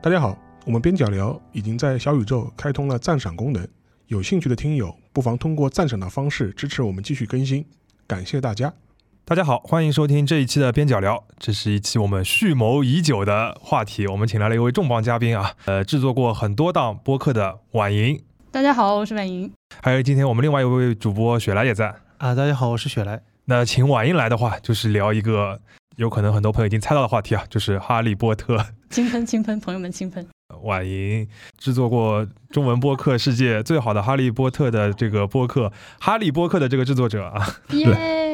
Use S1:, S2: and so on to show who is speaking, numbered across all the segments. S1: 大家好，我们边角聊已经在小宇宙开通了赞赏功能，有兴趣的听友不妨通过赞赏的方式支持我们继续更新，感谢大家。
S2: 大家好，欢迎收听这一期的边角聊。这是一期我们蓄谋已久的话题，我们请来了一位重磅嘉宾啊，呃，制作过很多档播客的婉莹，
S3: 大家好，我是婉莹。
S2: 还有今天我们另外一位主播雪莱也在。
S4: 啊，大家好，我是雪莱。
S2: 那请婉莹来的话，就是聊一个有可能很多朋友已经猜到的话题啊，就是《哈利波特》。
S3: 轻喷轻喷，朋友们轻喷。
S2: 婉莹制作过中文播客世界最好的《哈利波特》的这个播客，《哈利波特》的这个制作者啊，
S3: 耶！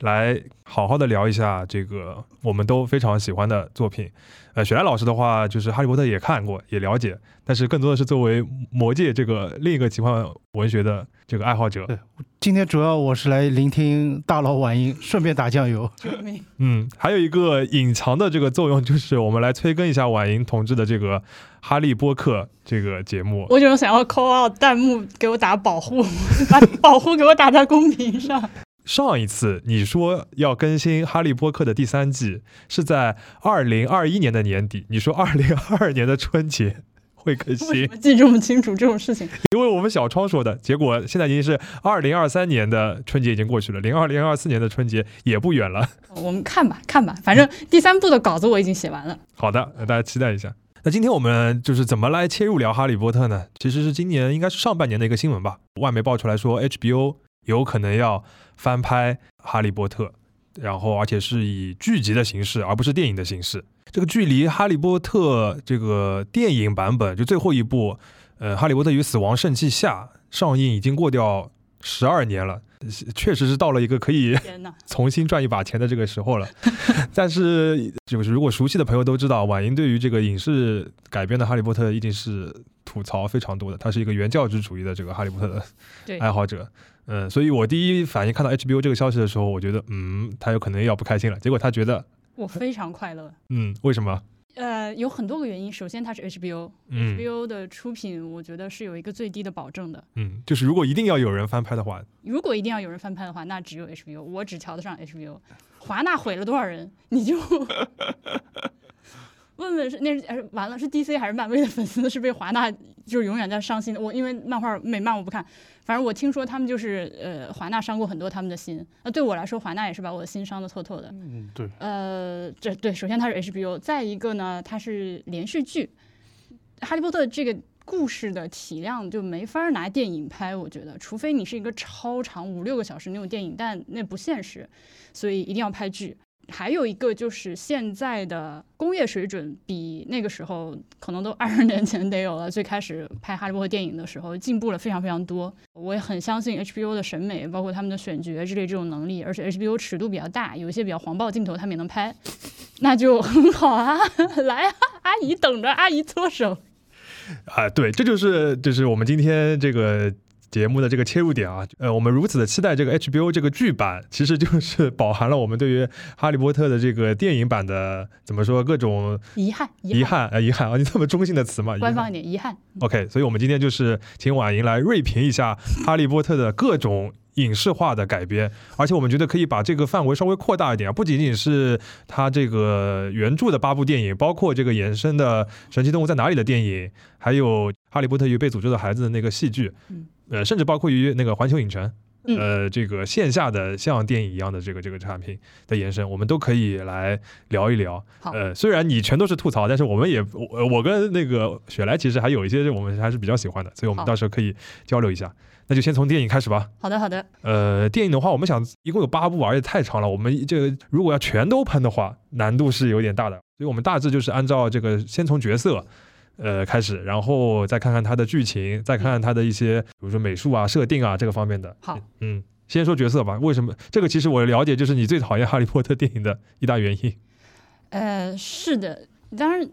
S2: 来好好的聊一下这个我们都非常喜欢的作品。呃，雪莱老师的话，就是《哈利波特》也看过，也了解，但是更多的是作为《魔戒》这个另一个奇幻文学的这个爱好者
S4: 对，今天主要我是来聆听大佬晚音，顺便打酱油。
S3: 救命！
S2: 嗯，还有一个隐藏的这个作用，就是我们来催更一下婉莹同志的这个《哈利波特》这个节目。
S3: 我就是想要 call out 弹幕给我打保护，把保护给我打在公屏上。
S2: 上一次你说要更新《哈利波特》的第三季，是在二零二一年的年底，你说二零二二年的春节会更
S3: 为什
S2: 新
S3: 么，记这么清楚这种事情？
S2: 因为我们小窗说的。结果现在已经是二零二三年的春节已经过去了，零二零二四年的春节也不远了。
S3: 我们看吧看吧，反正第三部的稿子我已经写完了。
S2: 好的，呃那大家期待一下。那今天我们就是怎么来切入聊《哈利波特》呢？其实是今年应该是上半年的一个新闻吧，外媒爆出来说 HBO 有可能要翻拍《哈利波特》，然后而且是以剧集的形式，而不是电影的形式。这个距离《哈利波特》这个电影版本就最后一部，呃，《哈利波特与死亡圣器下》上映已经过掉十二年了，确实是到了一个可以
S3: 天哪！
S2: 重新赚一把钱的这个时候了。 但是，就是如果熟悉的朋友都知道，婉莹对于这个影视改编的《哈利波特》一定是吐槽非常多的，她是一个原教旨主义的这个《哈利波特》的
S3: 对
S2: 爱好者。嗯，所以我第一反应看到 HBO 这个消息的时候，我觉得，嗯，他有可能要不开心了。结果他觉得，
S3: 我非常快乐。
S2: 嗯，为什么？
S3: 呃，有很多个原因。首先，它是 HBO，HBO、
S2: 嗯
S3: HBO 的出品，我觉得是有一个最低的保证的。
S2: 嗯，就是如果一定要有人翻拍的话，
S3: 如果一定要有人翻拍的话，那只有 HBO，我只瞧得上 HBO。华纳毁了多少人？你就问问是那是哎完了是 DC 还是漫威的粉丝是被华纳就是永远在伤心的。我因为漫画美漫我不看，反正我听说他们就是呃华纳伤过很多他们的心。那对我来说，华纳也是把我的心伤的透透的。
S4: 嗯，对，。
S3: 呃，这对，首先它是 HBO，再一个呢，它是连续剧，《哈利波特》这个故事的体量就没法儿拿电影拍，我觉得，除非你是一个超长五六个小时那种电影，但那不现实，所以一定要拍剧。还有一个就是现在的工业水准比那个时候可能都二十年前得有了，最开始拍《哈利波特》电影的时候进步了非常非常多。我也很相信 HBO 的审美，包括他们的选角之类这种能力，而且 HBO 尺度比较大，有一些比较黄暴镜头他们也能拍，那就 很好啊，来啊，阿姨等着，阿姨搓手。
S2: 啊，对，这就是就是我们今天这个节目的这个切入点啊。呃，我们如此的期待这个 HBO 这个剧版，其实就是 饱含了我们对于《哈利波特》的这个电影版的怎么说各种
S3: 遗憾，遗
S2: 遗憾
S3: 憾，
S2: 啊、呃遗憾啊，你这么中性的词嘛？遗
S3: 官
S2: 憾
S3: 方一点，遗憾。
S2: OK，所以我们今天就是请婉莹来锐评一下《哈利波特》的各种影视化的改编，而且我们觉得可以把这个范围稍微扩大一点，不仅仅是它这个原著的八部电影，包括这个延伸的《神奇动物在哪里》的电影，还有《哈利波特与被诅咒的孩子》的那个戏剧
S3: 嗯，
S2: 呃，甚至包括于那个环球影城。
S3: 嗯
S2: 呃，这个线下的像电影一样的这个这个产品的延伸，我们都可以来聊一聊。
S3: 好
S2: 呃，虽然你全都是吐槽，但是我们也我呃我跟那个雪莱其实还有一些我们还是比较喜欢的，所以我们
S3: 好
S2: 到时候可以交流一下。那就先从电影开始吧。
S3: 好的，好的，
S2: 呃，电影的话，我们想一共有八部，而且太长了，我们这个如果要全都喷的话，难度是有点大的。所以我们大致就是按照这个先从角色。呃，开始，然后再看看它的剧情，再看看它的一些，比如说美术啊、设定啊这个方面的。
S3: 好，
S2: 嗯，先说角色吧。为什么这个？其实我了解，就是你最讨厌《哈利波特》电影的一大原因。
S3: 呃，是的，当然，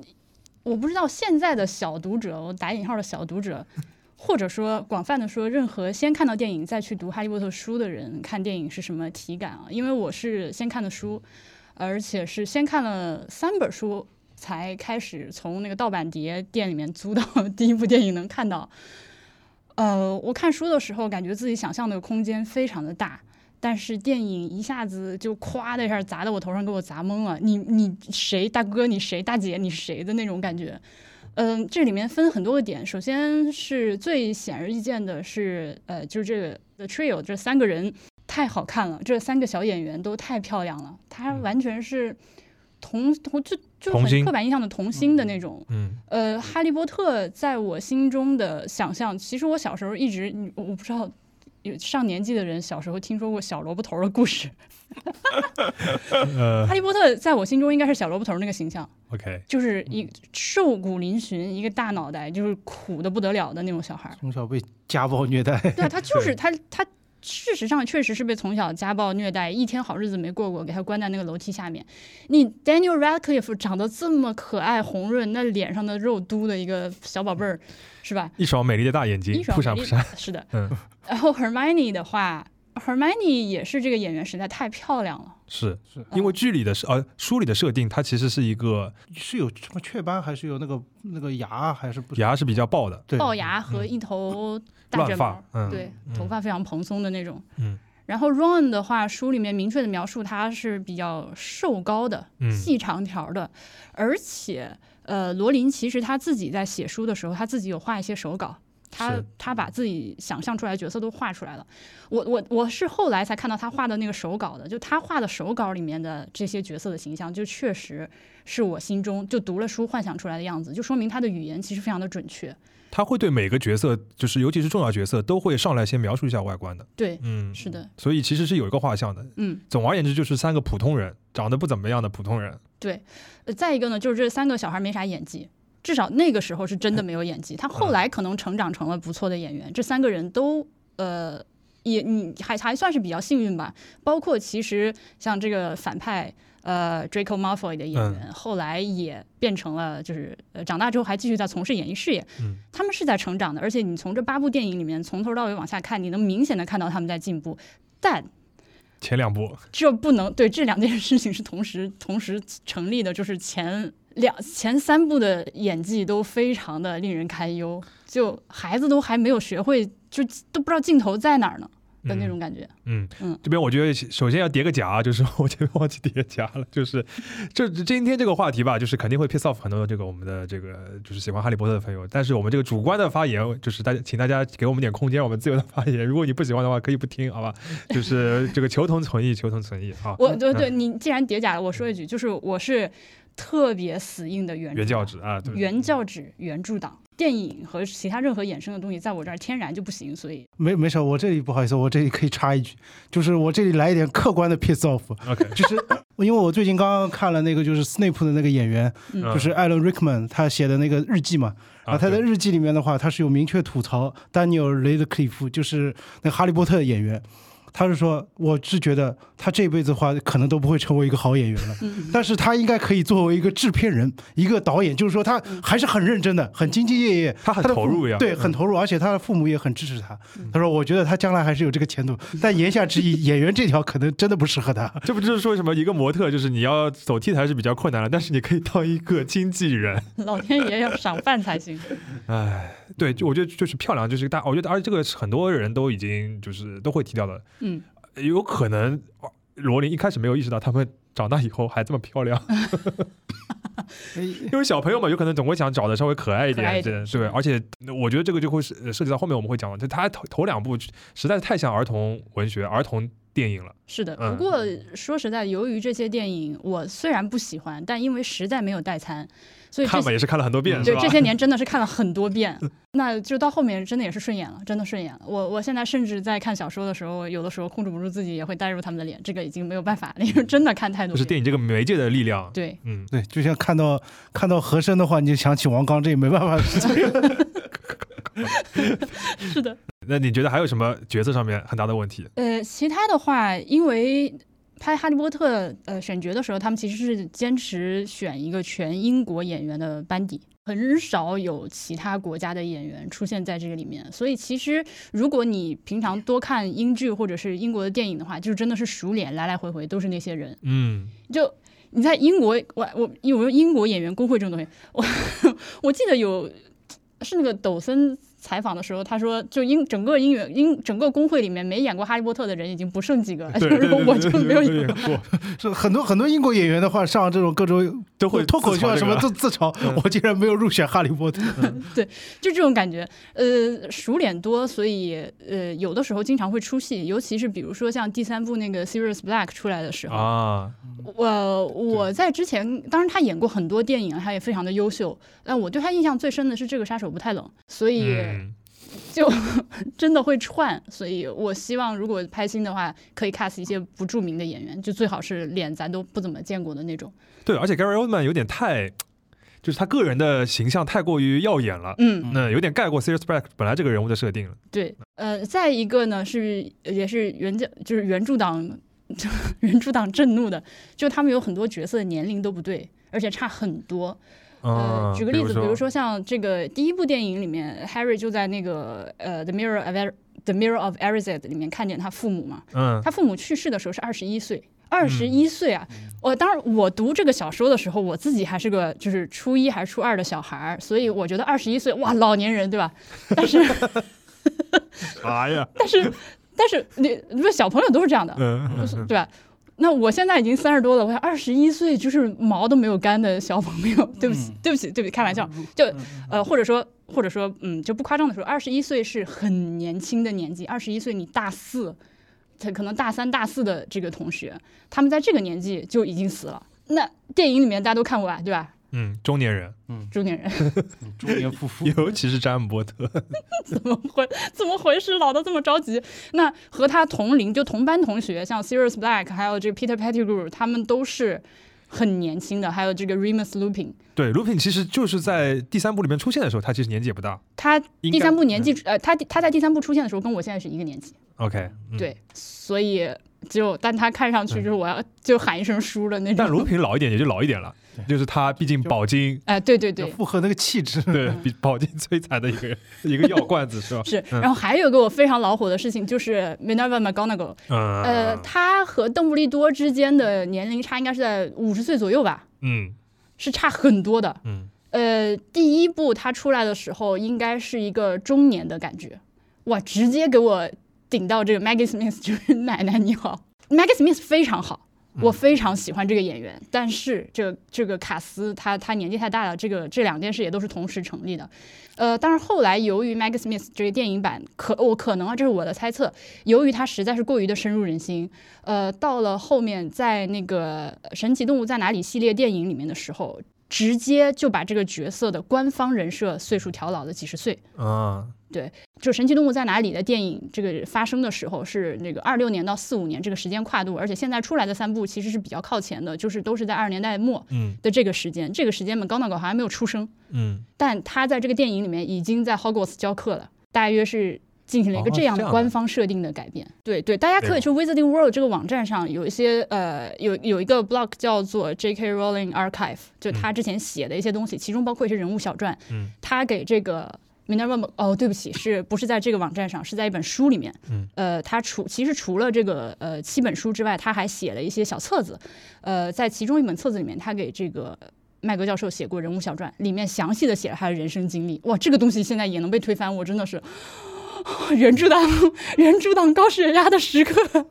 S3: 我不知道现在的小读者，我打引号的小读者，或者说广泛的说，任何先看到电影再去读《哈利波特》书的人，看电影是什么体感啊？因为我是先看的书，而且是先看了三本书，才开始从那个盗版碟店里面租到 第一部电影能看到。呃，我看书的时候，感觉自己想象的空间非常的大，但是电影一下子就咵的一下砸到我头上，给我砸懵了。你你谁大哥，你谁大姐，你谁的那种感觉。嗯，这里面分很多个点。首先是最显而易见的是，呃，就是这个 The Trio 这三个人太好看了，这三个小演员都太漂亮了，她
S2: 嗯
S3: 完全是童童就就
S2: 童星
S3: 很刻板印象的童星的那种。
S2: 嗯
S3: 呃，哈利波特在我心中的想象，其实我小时候一直你我我不知道。有上年纪的人小时候听说过小萝卜头的故事，
S2: 呃
S3: 哈利波特在我心中应该是小萝卜头那个形象，
S2: ，OK，
S3: 就是一瘦骨嶙峋，一个大脑袋，就是苦的不得了的那种小孩儿
S4: 从小被家暴虐待，
S3: 对啊，他就是他他。事实上，确实是被从小家暴虐待，一天好日子没过过，给他关在那个楼梯下面。你 Daniel Radcliffe 长得这么可爱红润，那脸上的肉嘟的一个小宝贝儿，是吧？
S2: 一双美丽的大眼睛，
S3: 一双
S2: 扑闪
S3: 美
S2: 扑
S3: 丽
S2: 闪，
S3: 是的。
S2: 嗯
S3: 然后 Hermione 的话，Hermione 也是这个演员实在太漂亮了。
S2: 是
S4: 是
S2: 因为剧里的设呃书里的设定，它其实是一个
S4: 是有什么雀斑，还是有那个那个牙，还是不
S2: 牙是比较爆的，
S4: 对
S3: 龅牙和一头
S2: 嗯
S3: 大
S2: 乱
S3: 卷
S2: 发
S3: 毛，
S2: 嗯
S3: 对，
S2: 嗯
S3: 头发非常蓬松的那种。
S2: 嗯。
S3: 然后 Ron 的话，书里面明确的描述他是比较瘦高的、
S2: 嗯
S3: 细长条的，而且呃，罗琳其实他自己在写书的时候，他自己有画一些手稿，他
S2: 是
S3: 他把自己想象出来的角色都画出来了。我我我是后来才看到他画的那个手稿的，就他画的手稿里面的这些角色的形象，就确实是我心中就读了书幻想出来的样子，就说明他的语言其实非常的准确。
S2: 他会对每个角色，就是尤其是重要角色，都会上来先描述一下外观的，
S3: 对，
S2: 嗯，
S3: 是的，
S2: 所以其实是有一个画像的。
S3: 嗯，
S2: 总而言之，就是三个普通人，长得不怎么样的普通人，
S3: 呃再一个呢，就是这三个小孩没啥演技，至少那个时候是真的没有演技。他后来可能成长成了不错的演员，这三个人都呃。也你还还算是比较幸运吧，包括其实像这个反派呃 Draco Malfoy 的演员，后来也变成了就是呃长大之后还继续在从事演艺事业，
S2: 嗯
S3: 他们是在成长的，而且你从这八部电影里面从头到尾往下看，你能明显的看到他们在进步，但
S2: 前两部
S3: 这不能对这两件事情是同时同时成立的，就是前两前三部的演技都非常的令人堪忧，就孩子都还没有学会，就都不知道镜头在哪儿呢的那种感觉。
S2: 嗯，
S3: 嗯
S2: 这边我觉得首先要叠个夹，就是 我这边忘记叠夹了，就是这这今天这个话题吧，就是肯定会 piss off 很多这个我们的这个就是喜欢哈利波特的朋友，但是我们这个主观的发言，就是大家请大家给我们点空间，我们自由的发言。如果你不喜欢的话，可以不听，好吧？就是这个求同存异，求同存异啊。
S3: 我对对，你既然叠甲了，我说一句，就是我是特别死硬的原
S2: 原
S3: 著
S2: 教
S3: 党
S2: 旨 啊，对 不对
S3: 原教旨原著党，电影和其他任何衍生的东西，在我这儿天然就不行，所以
S4: 没没事，我这里不好意思，我这里可以插一句，就是我这里来一点客观的 piss off，
S2: OK，
S4: 就是 因为我最近刚刚看了那个就是 Snape 的那个演员，
S3: 嗯
S4: 就是艾伦 Rickman 他写的那个日记嘛，然
S2: 啊
S4: 后他
S2: 对
S4: 的日记里面的话，他是有明确吐槽丹尼尔·雷德克里夫，就是那个哈利波特的演员。他是说，我是觉得他这辈子的话，可能都不会成为一个好演员了。但是他应该可以作为一个制片人、一个导演，就是说他还是很认真的，很兢兢业业，
S2: 他很
S4: 的父
S2: 投入呀
S4: 对，
S2: 嗯
S4: 很投入，而且他的父母也很支持他。他说，我觉得他将来还是有这个前途，但言下之意，演员这条可能真的不适合他。
S2: 这不就是说什么一个模特，就是你要走 T 台是比较困难了，但是你可以当一个经纪人。
S3: 老天爷要赏饭才行。
S2: 唉，对，就我觉得就是漂亮，就是大，我觉得而且这个是很多人都已经就是都会提到的，
S3: 嗯，
S2: 有可能呃罗琳一开始没有意识到他们。长大以后还这么漂 亮，因为小朋友嘛，有可能总会想找的稍微可爱一
S3: 可
S2: 点，
S3: 爱一点
S2: 对对。而且我觉得这个就会是呃涉及到后面我们会讲的，就他头头两部实在是太像儿童文学、儿童电影了。
S3: 是的，
S2: 嗯
S3: 不过说实在，由于这些电影我虽然不喜欢，但因为实在没有代餐，所以这
S2: 看吧，
S3: 些
S2: 也是看了很多遍，是
S3: 对
S2: 吧
S3: 这？些年真的是看了很多遍， 那就到后面真的也是顺眼了，真的顺眼了。我我现在甚至在看小说的时候，有的时候控制不住自己也会带入他们的脸，这个已经没有办法了，因为真的看太
S2: 嗯
S3: 多
S2: 就是
S3: 遍
S2: 电影这个媒介的力量。
S3: 对，
S2: 嗯，
S4: 对，就像看到看到和珅的话，你就想起王刚，这也没办法的事情。
S3: 是的。
S2: 那你觉得还有什么角色上面很大的问题？
S3: 呃，其他的话，因为拍《哈利波特》呃选角的时候，他们其实是坚持选一个全英国演员的班底，很少有其他国家的演员出现在这个里面。所以其实如果你平常多看英剧或者是英国的电影的话，就真的是熟脸，来来回回都是那些人。
S2: 嗯，
S3: 就你在英国，我我有没有英国演员工会这种东西？我我记得有是那个抖森采访的时候，他说就英整个英语英整个工会里面没演过哈利波特的人已经不 剩几个了，就
S2: 对，对
S3: 是
S2: 对
S3: 我
S2: 对
S3: 就
S2: 对
S3: 没有
S2: 对
S3: 演过。
S2: 过。
S4: 是很多很多英国演员的话，上这种各种
S2: 都 会
S4: 脱口秀啊
S2: 自嘲这
S4: 什么
S2: 个嗯
S4: 都自嘲，我竟然没有入选哈利波特。
S3: 就这种感觉。呃，熟脸多，所以呃，有的时候经常会出戏，尤其是比如说像第三部那个 Sirius Black 出来的时候，
S2: 啊，
S3: 我我在之前，当然他演过很多电影，他也非常的优秀，但我对他印象最深的是这个杀手不太冷，所以
S2: 嗯，
S3: 就真的会串，所以我希望如果拍新的话，可以 cast 一些不著名的演员，就最好是脸咱都不怎么见过的那种。
S2: 对，而且 Gary Oldman 有点太，就是他个人的形象太过于耀眼了，
S3: 嗯，
S2: 那有点盖过 Sirius Black 本来这个人物的设定了。
S3: 对，呃，再一个呢是也是原教就是原著党 原著党震怒的，就他们有很多角色年龄都不对，而且差很多。呃
S2: 啊，，
S3: 举个例子，比如说像这个第一部电影里面，Harry 就在那个呃《The Mirror of Ar- The Mirror of a r i z a d 里面看见他父母嘛，
S2: 嗯
S3: 他父母去世的时候是二十一岁。二十一岁啊！我、当然，我读这个小说的时候，我自己还是个就是初一还是初二的小孩儿，所以我觉得二十一岁哇，老年人对吧？但是
S2: 啥哎呀？
S3: 但是 但是你不是小朋友都是这样的，
S2: 嗯嗯嗯
S3: 对吧？那我现在已经三十多了，我二十一岁就是毛都没有干的小朋友，对不起，对不起，对不起，开玩笑，就呃，或者说或者说，嗯，就不夸张的说，二十一岁是很年轻的年纪，二十一岁你大四，他可能大三大四的这个同学，他们在这个年纪就已经死了。那电影里面大家都看过吧，对吧？
S2: 嗯，中年人，
S3: 中年人
S2: 嗯
S4: 中年夫妇
S2: 尤其是詹姆伯特，
S3: 怎么回 怎么回事，老的这么着急？那和他同龄就同班同学，像 Sirius Black 还有这个 Peter Pettigrew，他们都是很年轻的，还有这个 Remus Lupin，
S2: 对，Lupin 其实就是在第三部里面出现的时候，他其实年纪也不大。
S3: 他
S2: 应
S3: 第
S2: 该嗯
S3: 三部年纪呃，他他在第三部出现的时候跟我现在是一个年纪，
S2: OK，、嗯、。
S3: 对，所以就但他看上去就是我要就喊一声叔的那
S2: 但卢
S3: 种，
S2: 平老一点也就老一点了，就是他毕竟饱经
S3: 哎、对对
S4: 要
S3: 对。
S4: 符合那个气质。
S2: 对比饱经摧残的一个一个药罐子是吧？
S3: 是，
S2: 嗯
S3: 然后还有一个我非常恼火的事情，就是 Minerva McGonagall，
S2: 嗯
S3: 呃，她和邓布利多之间的年龄差应该是在五十岁左右吧，
S2: 嗯
S3: 是差很多的。
S2: 嗯
S3: 呃，第一部它出来的时候，应该是一个中年的感觉，哇，直接给我顶到这个 Maggie Smith，就是奶奶你好，Maggie Smith 非常好，我非常喜欢这个演员，但是这这个卡斯他他年纪太大了，这个这两件事也都是同时成立的，呃，但是后来由于 Maggie Smith 这个电影版可我、可能啊，这是我的猜测，由于它实在是过于的深入人心，呃，到了后面在那个《神奇动物在哪里》系列电影里面的时候，直接就把这个角色的官方人设岁数调老了几十岁。
S2: 啊
S3: 就《神奇动物在哪里》的电影这个发生的时候是那个二六年到四五年这个时间跨度，而且现在出来的三部其实是比较靠前的，就是都是在二十年代末
S2: 嗯
S3: 的这个时间。这个时间嘛，高纳狗好像没有出生，
S2: 嗯
S3: 但他在这个电影里面已经在 Hogwarts 教课了，大约是。进行了一个
S2: 哦
S3: 这样
S2: 这
S3: 的
S2: 样的
S3: 官方设定的改变，对对，大家可以去 Wizarding World 这个网站上有一些呃有有一个 blog 叫做 J.K. Rowling Archive，就他之前写的一些东西，其中包括一些人物小传，
S2: 嗯
S3: 他给这个 Minerva Mc- 哦，对不起，是不是在这个网站上，是在一本书里面，
S2: 嗯
S3: 呃，他除其实除了这个呃七本书之外，他还写了一些小册子，呃，在其中一本册子里面，他给这个麦格教授写过人物小传，里面详细的写了他的人生经历。哇，这个东西现在也能被推翻，我真的是原著党，原著党高血压的时刻。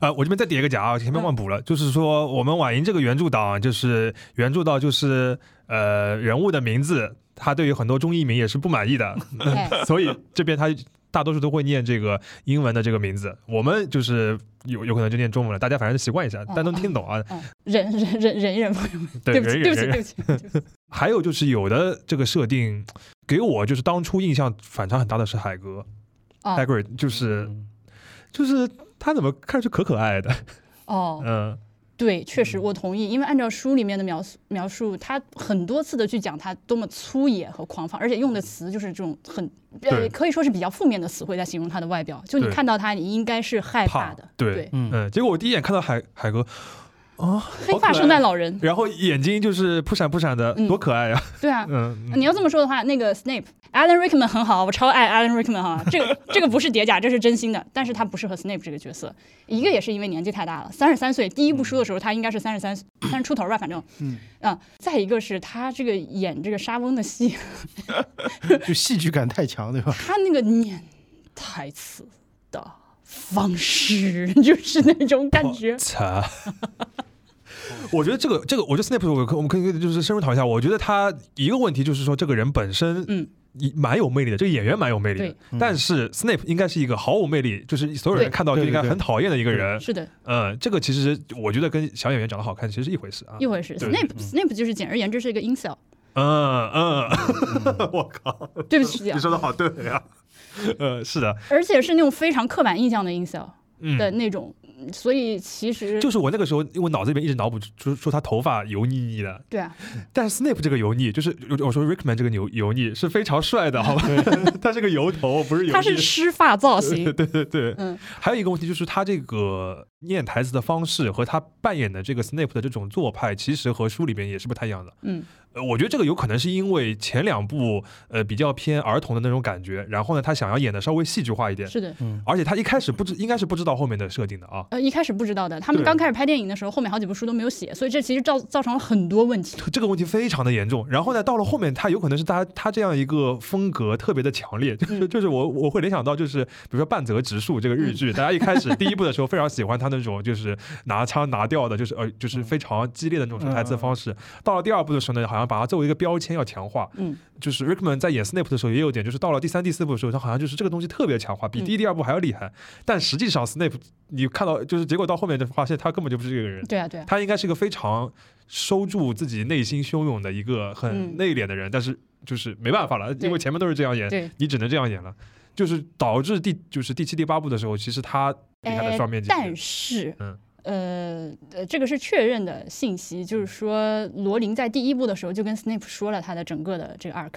S2: 啊，我这边再叠一个夹啊，前面忘补了，就是说我们婉莹这个原著党，啊就是原著到就是呃人物的名字，他对于很多中译名也是不满意的，
S3: 哎，
S2: 所以这边他大多数都会念这个英文的这个名字，我们就是有有可能就念中文了，大家反正习惯一下，但都听懂 啊。
S3: 忍忍忍忍一忍，朋友们，
S2: 对
S3: 不起，
S2: 忍
S3: 哦对
S2: 忍
S3: 不起，
S2: 忍
S3: 对不起，对不起。
S2: 还有就是有的这个设定给我就是当初印象反差很大的是海格、
S3: 啊
S2: h a g r i d 就是
S3: 嗯
S2: 就是他怎么看上去可可爱爱的，
S3: 哦，
S2: 嗯
S3: 对，确实我同意，因为按照书里面的描述描述，他很多次的去讲他多么粗野和狂放，而且用的词就是这种很呃
S2: 对
S3: 可以说是比较负面的词汇在形容他的外表。就你
S2: 对
S3: 看到他，你应该是害怕
S2: 怕
S3: 的，
S2: 对
S4: 嗯
S2: 嗯，结果我第一眼看到海海格啊，
S3: 黑发圣诞老人，
S2: 然后眼睛就是扑闪扑闪的，
S3: 嗯
S2: 多可爱呀、
S3: 对啊。
S2: 嗯，嗯
S3: 你要这么说的话，那个 Snape Alan Rickman 很好，我超爱 Alan Rickman 哈，这个这个不是叠加，这是真心的，但是他不适合 Snape 这个角色，一个也是因为年纪太大了，三十三岁，第一部
S2: 嗯
S3: 书的时候他应该是三十三，三十出头吧，反正，
S4: 嗯
S3: 啊，再一个是他这个演这个沙翁的戏，
S4: 就戏剧感太强，对吧？
S3: 他那个念台词 的方式，就是那种感觉。
S2: 操，啊我觉得这个这个，我觉得 Snape 我可我们可以就是深入讨论一下。我觉得他一个问题就是说，这个人本身
S3: 嗯
S2: 也蛮有魅力的，这个演员蛮有魅力的
S3: 对，
S4: 嗯
S2: 但是 Snape 应该是一个毫无魅力，就是所有人
S3: 对
S2: 看到就应该
S4: 对对对
S2: 很讨厌的一个人。
S3: 是的，
S2: 嗯，这个其实我觉得跟小演员长得好看其实是一回事啊。
S3: 一回事。
S2: 对
S3: Snape Snape 就是简而言之是一 个 incel，
S2: 嗯嗯，我靠，
S3: 对不起啊，
S2: 说的好对 呀、呃，是的，
S3: 而且是那种非常刻板印象的 incel
S2: 嗯，
S3: 的那种，嗯所以其实
S2: 就是我那个时候，因为我脑子里面一直脑补出说他头发油腻腻的，
S3: 对啊，
S2: 但是 Snape 这个油腻，就是我我说 Rickman 这个油油腻是非常帅 的，好吧？ 他是个油头，不是油腻。
S3: 他是湿发造
S2: 对
S3: 型，
S2: 对对对。
S3: 嗯，
S2: 还有一个问题就是他这个念台词的方式和他扮演的这个 Snape 的这种做派，其实和书里面也是不太一样的。
S3: 嗯，
S2: 呃，我觉得这个有可能是因为前两部呃比较偏儿童的那种感觉，然后呢，他想要演的稍微戏剧化一点，
S3: 是的。
S2: 而且他一开始不知应该是不知道后面的设定的啊。
S3: 呃，一开始不知道的，他们
S2: 对
S3: 刚开始拍电影的时候，后面好几部书都没有写，所以这其实造造成了很多问题。
S2: 这个问题非常的严重。然后呢，到了后面，他有可能是他他这样一个风格特别的强烈，就是就是我我会联想到就是比如说半泽直树这个日剧，大家一开始第一部的时候非常喜欢他那种就是拿枪拿掉的，就是呃就是非常激烈的那种台词方式。到了第二部的时候呢，好像把它作为一个标签要强化。
S3: 嗯，
S2: 就是 Rickman 在演 Snape 的时候也有点，就是到了第三、第四部的时候，他好像就是这个东西特别强化，比第一、第二部还要厉害。但实际上 Snape 你看到就是结果到后面就发现他根本就不是这个人。
S3: 对啊，对啊，
S2: 他应该是个非常收住自己内心汹涌的一个很
S3: 嗯
S2: 内敛的人，但是就是没办法了，
S3: 对
S2: 因为前面都是这样演，
S3: 对。
S2: 你只能这样演了，就是导致第就是第七、第八部的时候，其实他离开了
S3: 哎
S2: 双面，间谍
S3: 但是，
S2: 嗯
S3: 呃呃，这个是确认的信息，
S2: 嗯
S3: 就是说罗琳在第一部的时候就跟 Snape 说了他的整个的这个 arc，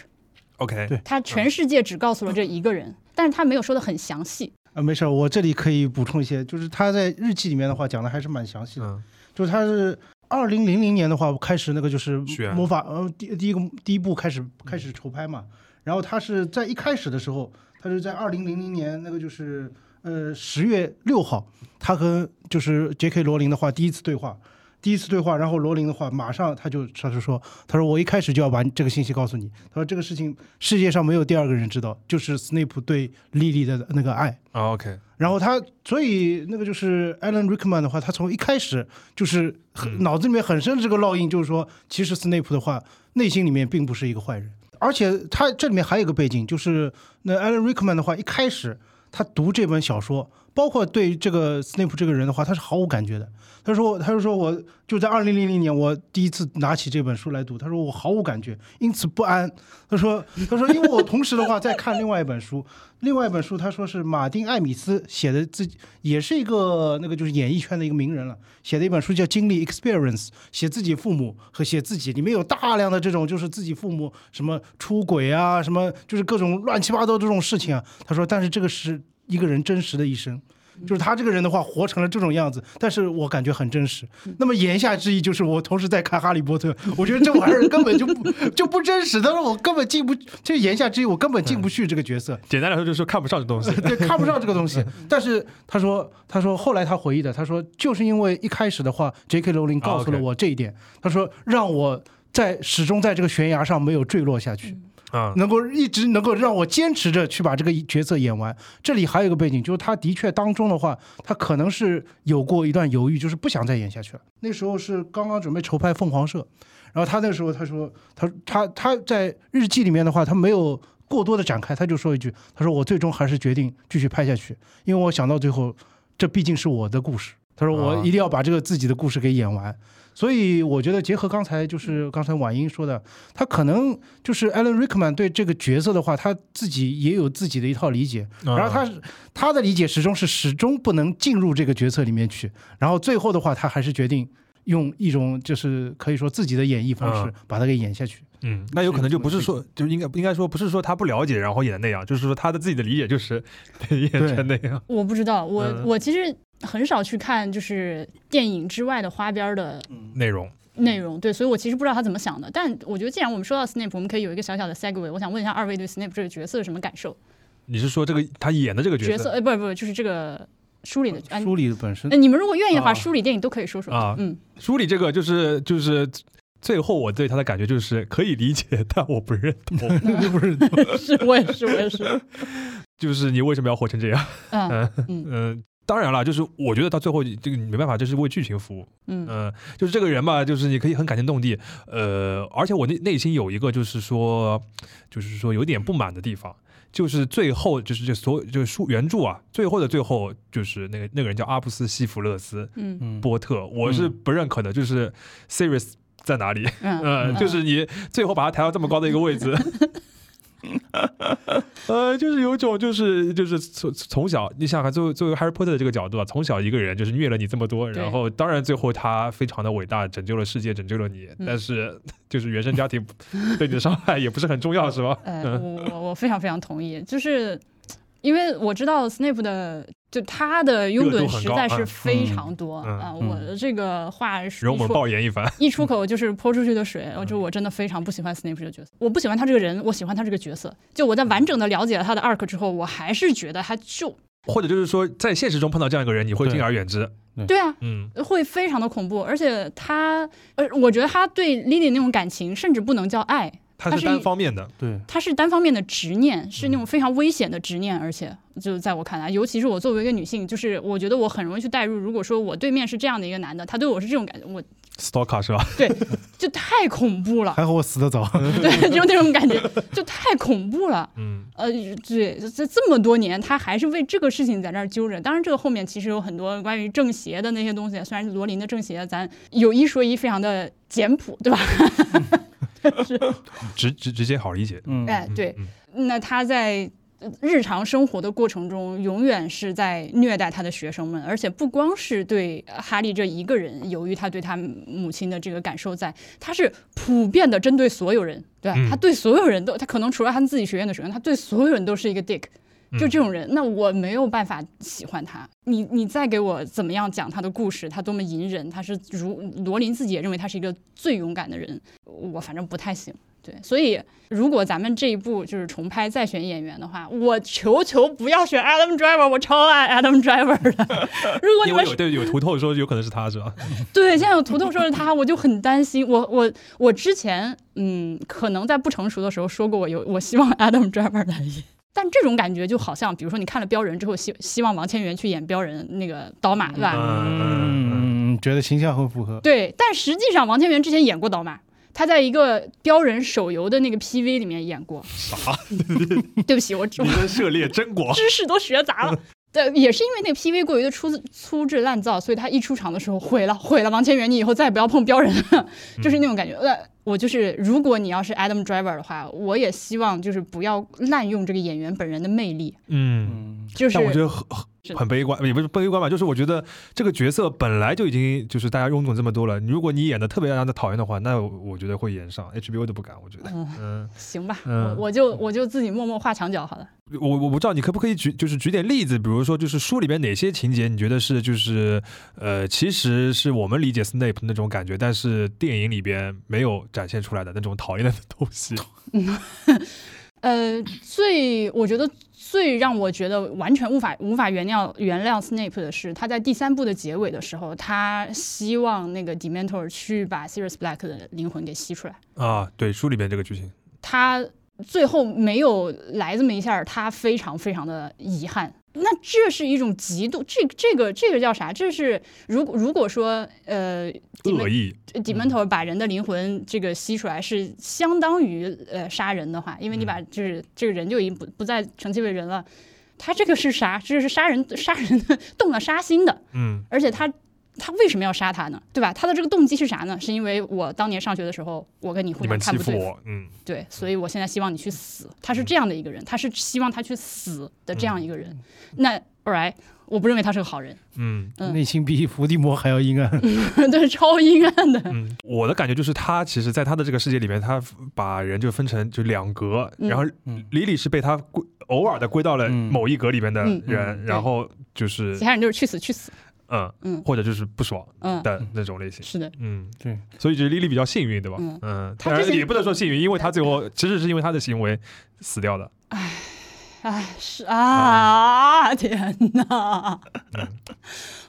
S2: OK，
S4: 对
S3: 他
S2: 嗯
S3: 全世界只告诉了这一个人，但是他没有说的很详细。
S4: 啊，没事儿，我这里可以补充一些，就是他在日记里面的话讲的还是蛮详细的，
S2: 嗯，
S4: 就是他是二零零零年的话开始那个就是
S2: 学院
S4: 魔法呃第第一个第一部开始开始筹拍嘛，然后他是在一开始的时候，他是在二零零零年那个就是呃十月六号，他和就是 J.K. 罗琳的话第一次对话。第一次对话，然后罗琳的话，马上他就他就说，他说我一开始就要把这个信息告诉你，他说这个事情世界上没有第二个人知道，就是斯内普对莉莉的那个爱，
S2: 啊 OK，
S4: 然后他，所以那个就是 Alan Rickman 的话，他从一开始就是很
S2: 嗯
S4: 脑子里面很深的这个烙印，就是说，其实 Snape 的话，内心里面并不是一个坏人。而且他这里面还有一个背景，就是那 Alan Rickman 的话，一开始他读这本小说，包括对这个 Snape 这个人的话，他是毫无感觉的。他说，他就说我就在二零零零年，我第一次拿起这本书来读，他说我毫无感觉，因此不安。他说，他说因为我同时的话在看另外一本书，另外一本书，他说是马丁·艾米斯写的，自己也是一个那个就是演艺圈的一个名人了，写的一本书叫《经历 Experience》，写自己父母和写自己，里面有大量的这种就是自己父母什么出轨啊，什么就是各种乱七八糟这种事情啊。他说，但是这个是一个人真实的一生。就是他这个人的话，活成了这种样子，但是我感觉很真实。那么言下之意就是，我同时在看《哈利波特》，我觉得这玩意儿根本就不就不真实。他说我根本进不，这言下之意我根本进不去这个角色。，
S2: 简单来说就是说看不上这东西
S4: 对，看不上这个东西。但是他说，他说后来他回忆的，他说就是因为一开始的话，J.K. 罗琳告诉了
S2: OK
S4: 我这一点，他说让我在始终在这个悬崖上没有坠落下去，
S2: 啊
S4: 能够一直能够让我坚持着去把这个角色演完。这里还有一个背景，就是他的确当中的话，他可能是有过一段犹豫，就是不想再演下去了。那时候是刚刚准备筹拍《凤凰社》，然后他那时候他说，他他他在日记里面的话，他没有过多的展开，他就说一句，他说我最终还是决定继续拍下去，因为我想到最后，这毕竟是我的故事。他说我
S2: 啊
S4: 一定要把这个自己的故事给演完。所以我觉得结合刚才就是刚才婉英说的，他可能就是 Alan Rickman 对这个角色的话，他自己也有自己的一套理解，
S2: 啊
S4: 然后他是他的理解始终是始终不能进入这个角色里面去，然后最后的话，他还是决定用一种就是可以说自己的演绎方式
S2: 嗯
S4: 把它给演下去。
S2: 嗯，那有可能就不是说就应该应该说不是说他不了解然后演的那样，就是说他的自己的理解就是 演成那样，
S3: 我不知道，我、
S2: 嗯
S3: 我其实很少去看就是电影之外的花边儿的
S2: 内容
S3: 内容，对，所以我其实不知道他怎么想的。但我觉得，既然我们说到 Snape，我们可以有一个小小的 segue。我想问一下二位对 Snape 这个角色有什么感受？
S2: 你是说这个他演的这个
S3: 角
S2: 色呃
S3: 色，哎，不是不是，就是这个书里的啊。
S4: 书里本身
S3: 哎，你们如果愿意的话，
S2: 啊
S3: 书里电影都可以说说
S2: 啊
S3: 嗯，
S2: 梳理这个就是就是最后我对他的感觉就是可以理解，但我不认同。
S4: 不是
S3: 是我也是，我也是。
S2: 就是你为什么要活成这样？
S3: 嗯
S2: 嗯，当然了，就是我觉得到最后这个没办法，这是为剧情服务。
S3: 嗯
S2: 嗯、就是这个人吧，就是你可以很感天动地，呃，而且我内内心有一个就是说，就是说有点不满的地方，就是最后就是这所有就是书原著啊，最后的最后就是那个那个人叫阿布斯希弗勒斯
S3: 嗯
S4: 嗯，
S2: 波特，我是不认可的，就是 Sirius 在哪里？
S3: 嗯，
S2: 呃，就是你最后把他抬到这么高的一个位 置。呃，就是有一种，就是就是从从小，你想想看，作为作为 Harry Potter 的这个角度啊，从小一个人就是虐了你这么多，
S3: 对
S2: 然后当然最后他非常的伟大，拯救了世界，拯救了你，
S3: 嗯
S2: 但是就是原生家庭对你的伤害也不是很重要，是吧？ 嗯
S3: 呃，我我我非常非常同意，就是因为我知道 Snape 的，就他的拥
S2: 热
S3: 趸
S2: 度很
S3: 实
S2: 高
S3: 在
S2: 啊
S3: 是非常多
S2: 嗯
S3: 啊，
S4: 嗯
S3: 我的这个话是
S2: 容我们
S3: 说
S2: 爆言一番。
S3: 一出口就是泼出去的水，我就我真的非常不喜欢 Snape 这个角色，我不喜欢他这个人，我喜欢他这个角色。就我在完整的了解了他的 arc 之后，我还是觉得他就
S2: 或者就是说，在现实中碰到这样一个人，你会敬而远之。
S3: 对啊，
S2: 嗯，
S3: 会非常的恐怖，而且他呃，我觉得他对 Lily 那种感情甚至不能叫爱，
S2: 他
S3: 他
S2: 是
S3: 是
S2: 单
S3: 一
S2: 方面的，
S4: 对，
S3: 他是单方面的执念，是那种非常危险的执念，而且就在我看来，尤其是我作为一个女性，就是我觉得我很容易去代入，如果说我对面是这样的一个男的，他对我是这种感觉，我
S2: stalker 是吧？
S3: 就太恐怖 了，
S4: 还好我死得早。
S3: 对，就那种感觉就太恐怖了。
S2: 嗯，
S3: 呃，对，这这么多年，他还是为这个事情在那儿揪着。当然，这个后面其实有很多关于正邪的那些东西。虽然罗琳的正邪，咱有一说一，非常的简朴，对吧？
S2: 嗯直直直接好理解。
S4: 嗯，
S3: 哎，对。
S2: 嗯，
S3: 那他在呃日常生活的过程中，永远是在虐待他的学生们，而且不光是对呃哈利这一个人，由于他对他母亲的这个感受在，他是普遍的针对所有人，对吧？
S2: 嗯
S3: 他对所有人都，他可能除了他自己学院的学生，他对所有人都是一个 dick。
S2: 嗯
S3: 就这种人，那我没有办法喜欢他。你你再给我怎么样讲他的故事，他多么隐忍，他是如罗琳自己也认为他是一个最勇敢的人，我反正不太行。对，所以如果咱们这一部就是重拍再选演员的话，我求求不要选 Adam Driver，我超爱 Adam Driver 的。 如果你
S2: 因为
S3: 们
S2: 有对有图透说有可能是他是吧？
S3: 对现在有图透说是他，我就很担心。我我我之前嗯，可能在不成熟的时候说过我有我希望 Adam Driver 来演，但这种感觉就好像比如说你看了《标人》之后，希希望王千源去演标人那个刀马，对吧？
S2: 嗯
S4: 嗯，嗯觉得形象很符合。
S3: 对，但实际上王千源之前演过刀马，他在一个标人手游的那个 PV 里面演过。
S2: 啥？
S3: 对不起，我我
S2: 你们涉猎真广。
S3: 知识都学杂了。 对，也是因为那个 PV 过于的粗粗制滥造，所以他一出场的时候毁了，毁了王千源，你以后再也不要碰标人了， 就是那种感觉。呃，我就是，如果你要是 Adam Driver 的话，我也希望就是不要滥用这个演员本人的魅力，
S2: 嗯。
S4: 嗯，
S3: 就是
S2: 但我觉得很很很悲观，也不是悲观吧，就是我觉得这个角色本来就已经就是大家拥趸这么多了，如果你演的特别让人讨厌的话，那我我觉得会演上 HBO 都不敢，我觉得。
S3: 嗯，
S2: 嗯，
S3: 行吧，
S2: 嗯
S3: 我我就我就自己默默画墙角好了。
S2: 我我不知道你可不可以举就是举点例子，比如说就是书里边哪些情节你觉得是就是呃其实是我们理解 Snape 那种感觉，但是电影里边没有展现出来的那种讨厌的东西。
S3: 呃，最我觉得最让我觉得完全无法无法原谅原谅 Snape 的是，他在第三部的结尾的时候，他希望那个 Dementor 去把 Sirius Black 的灵魂给吸出来。
S2: 啊，对，书里边这个剧情，
S3: 他最后没有来这么一下儿，他非常非常的遗憾。那这是一种极度，这这个这个叫啥？这是如果如果说呃
S2: 恶意，嗯
S3: ，Dementor 把人的灵魂这个吸出来，是相当于呃杀人的话，因为
S2: 嗯
S3: 你把就是这个人就已经不不再称其为人了。他这个是啥？这是杀人杀人的动了杀心的，
S2: 嗯
S3: 而且他他为什么要杀他呢？对吧？他的这个动机是啥呢？是因为我当年上学的时候，我跟你互
S2: 你
S3: 相
S2: 们
S3: 看
S2: 欺
S3: 不
S2: 负
S3: 对付，
S2: 我，嗯
S3: 对，所以我现在希望你去死。他是这样的一个人，他是希望他去死的这样一个人。那 all right，我不认为他是个好人，
S2: 嗯，
S3: 嗯
S4: 内心比伏地魔还要阴暗。
S3: 对，超阴暗的。
S2: 嗯，我的感觉就是他其实，在他的这个世界里面，他把人就分成就两格，
S3: 嗯
S2: 然后
S4: 嗯
S2: 李李是被他归偶尔的归到了
S4: 嗯
S2: 某一格里面的
S3: 嗯
S2: 人，
S4: 嗯
S2: 然后就是
S3: 其他人就是去死去死。
S2: 嗯
S3: 嗯
S2: 或者就是不爽
S3: 嗯，
S2: 的那种类型，
S3: 是的，
S2: 嗯，
S4: 对，
S2: 所以就是莉莉比较幸运，对吧
S3: 嗯？
S2: 嗯，
S3: 他
S2: 当然
S3: 之前
S2: 也不能说幸运，因为他最后其实是因为他的行为死掉的，
S3: 哎，是啊，天哪！
S2: 嗯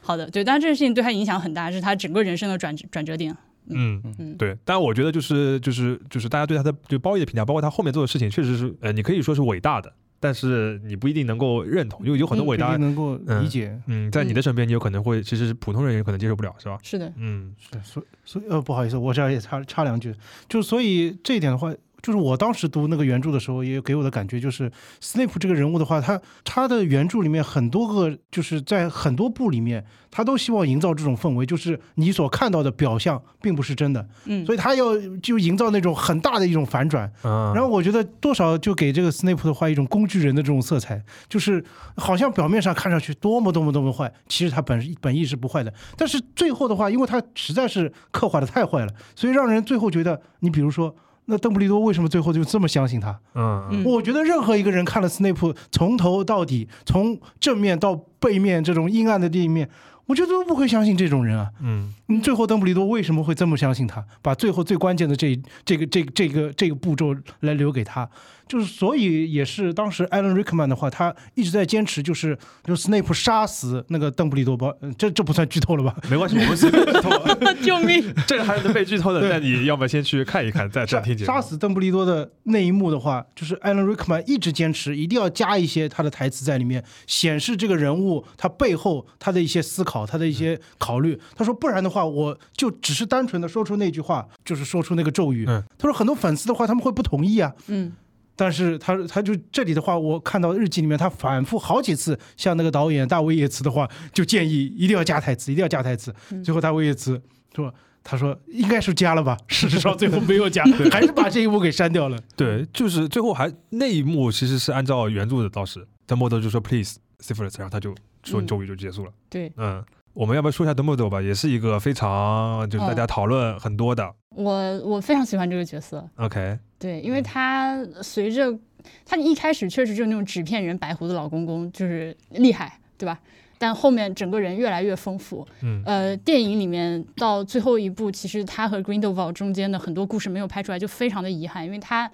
S3: 好的，对，但这件事情对他影响很大，是他整个人生的转转折点。
S2: 嗯。
S3: 嗯，
S2: 对，但我觉得就是就是就是大家对他的就褒义的评价，包括他后面做的事情，确实是呃，你可以说是伟大的，但是你不一定能够认同，因为有很多伟
S4: 嗯
S2: 大
S4: 不一定，能够理解。
S2: 嗯，在你的
S3: 嗯
S2: 身边，你有可能会，其实普通人有可能接受不了，是吧？
S3: 是的，
S2: 嗯
S4: 是，所以所以呃，不好意思，我这儿也插插两句，就是所以这一点的话，就是我当时读那个原著的时候，也给我的感觉就是，斯内普这个人物的话，他他的原著里面很多个，就是在很多部里面，他都希望营造这种氛围，就是你所看到的表象并不是真的，
S3: 嗯，
S4: 所以他要就营造那种很大的一种反转，
S2: 啊，
S4: 然后我觉得多少就给这个斯内普的话一种工具人的这种色彩，就是好像表面上看上去多么多么多么坏，其实他本本意是不坏的。但是最后的话，因为他实在是刻画的太坏了，所以让人最后觉得，你比如说。那邓布利多为什么最后就这么相信他？
S2: 嗯嗯
S3: 嗯
S4: 我觉得任何一个人看了斯内普从头到底，从正面到背面这种阴暗的地面，我觉得都不会相信这种人啊。
S2: 嗯
S4: 嗯，最后邓布利多为什么会这么相信他？把最后最关键的这一这个这个这个这个步骤来留给他，就是所以也是当时艾伦·瑞克曼的话，他一直在坚持，就是就斯内普杀死那个邓布利多吧，呃这这不算剧透了吧？
S2: 没关系，我们随便剧透， 啊
S3: 救命！
S2: 这个还是能被剧透的。
S4: 对
S2: 那你要不要先去看一看，再再
S4: 杀
S2: 听节目？
S4: 杀死邓布利多的那一幕的话，就是艾伦·瑞克曼一直坚持一定要加一些他的台词在里面，显示这个人物他背后他的一些思考，他的一些考虑。他说，不然的话，我就只是单纯的说出那句话，就是说出那个咒语。
S2: 嗯
S4: 他说，很多粉丝的话他们会不同意啊。
S3: 嗯
S4: 但是他他就这里的话，我看到日记里面他反复好几次向那个导演大卫叶茨的话，就建议一定要加台词，一定要加台词。
S3: 嗯
S4: 最后大卫叶茨说：“他说应该是加了吧，事实上最后没有加，还是把这一幕给删掉了。
S2: 对，就是最后还那一幕其实是按照原著的，当时德莫多就说 please syphilis，然后他就说
S3: 嗯
S2: 咒语就结束了。
S3: 对
S2: 嗯，我们要不要说一下德莫多吧？也是一个非常就是大家讨论很多的。
S3: 我我非常喜欢这个角色，
S2: OK，
S3: 对，因为
S2: 嗯
S3: 他随着他一开始确实就是那种纸片人白胡子老公公，就是厉害，对吧？但后面整个人越来越丰富。
S2: 嗯
S3: 呃，电影里面到最后一部，其实他和 Grindelwald 中间的很多故事没有拍出来，就非常的遗憾，因为他，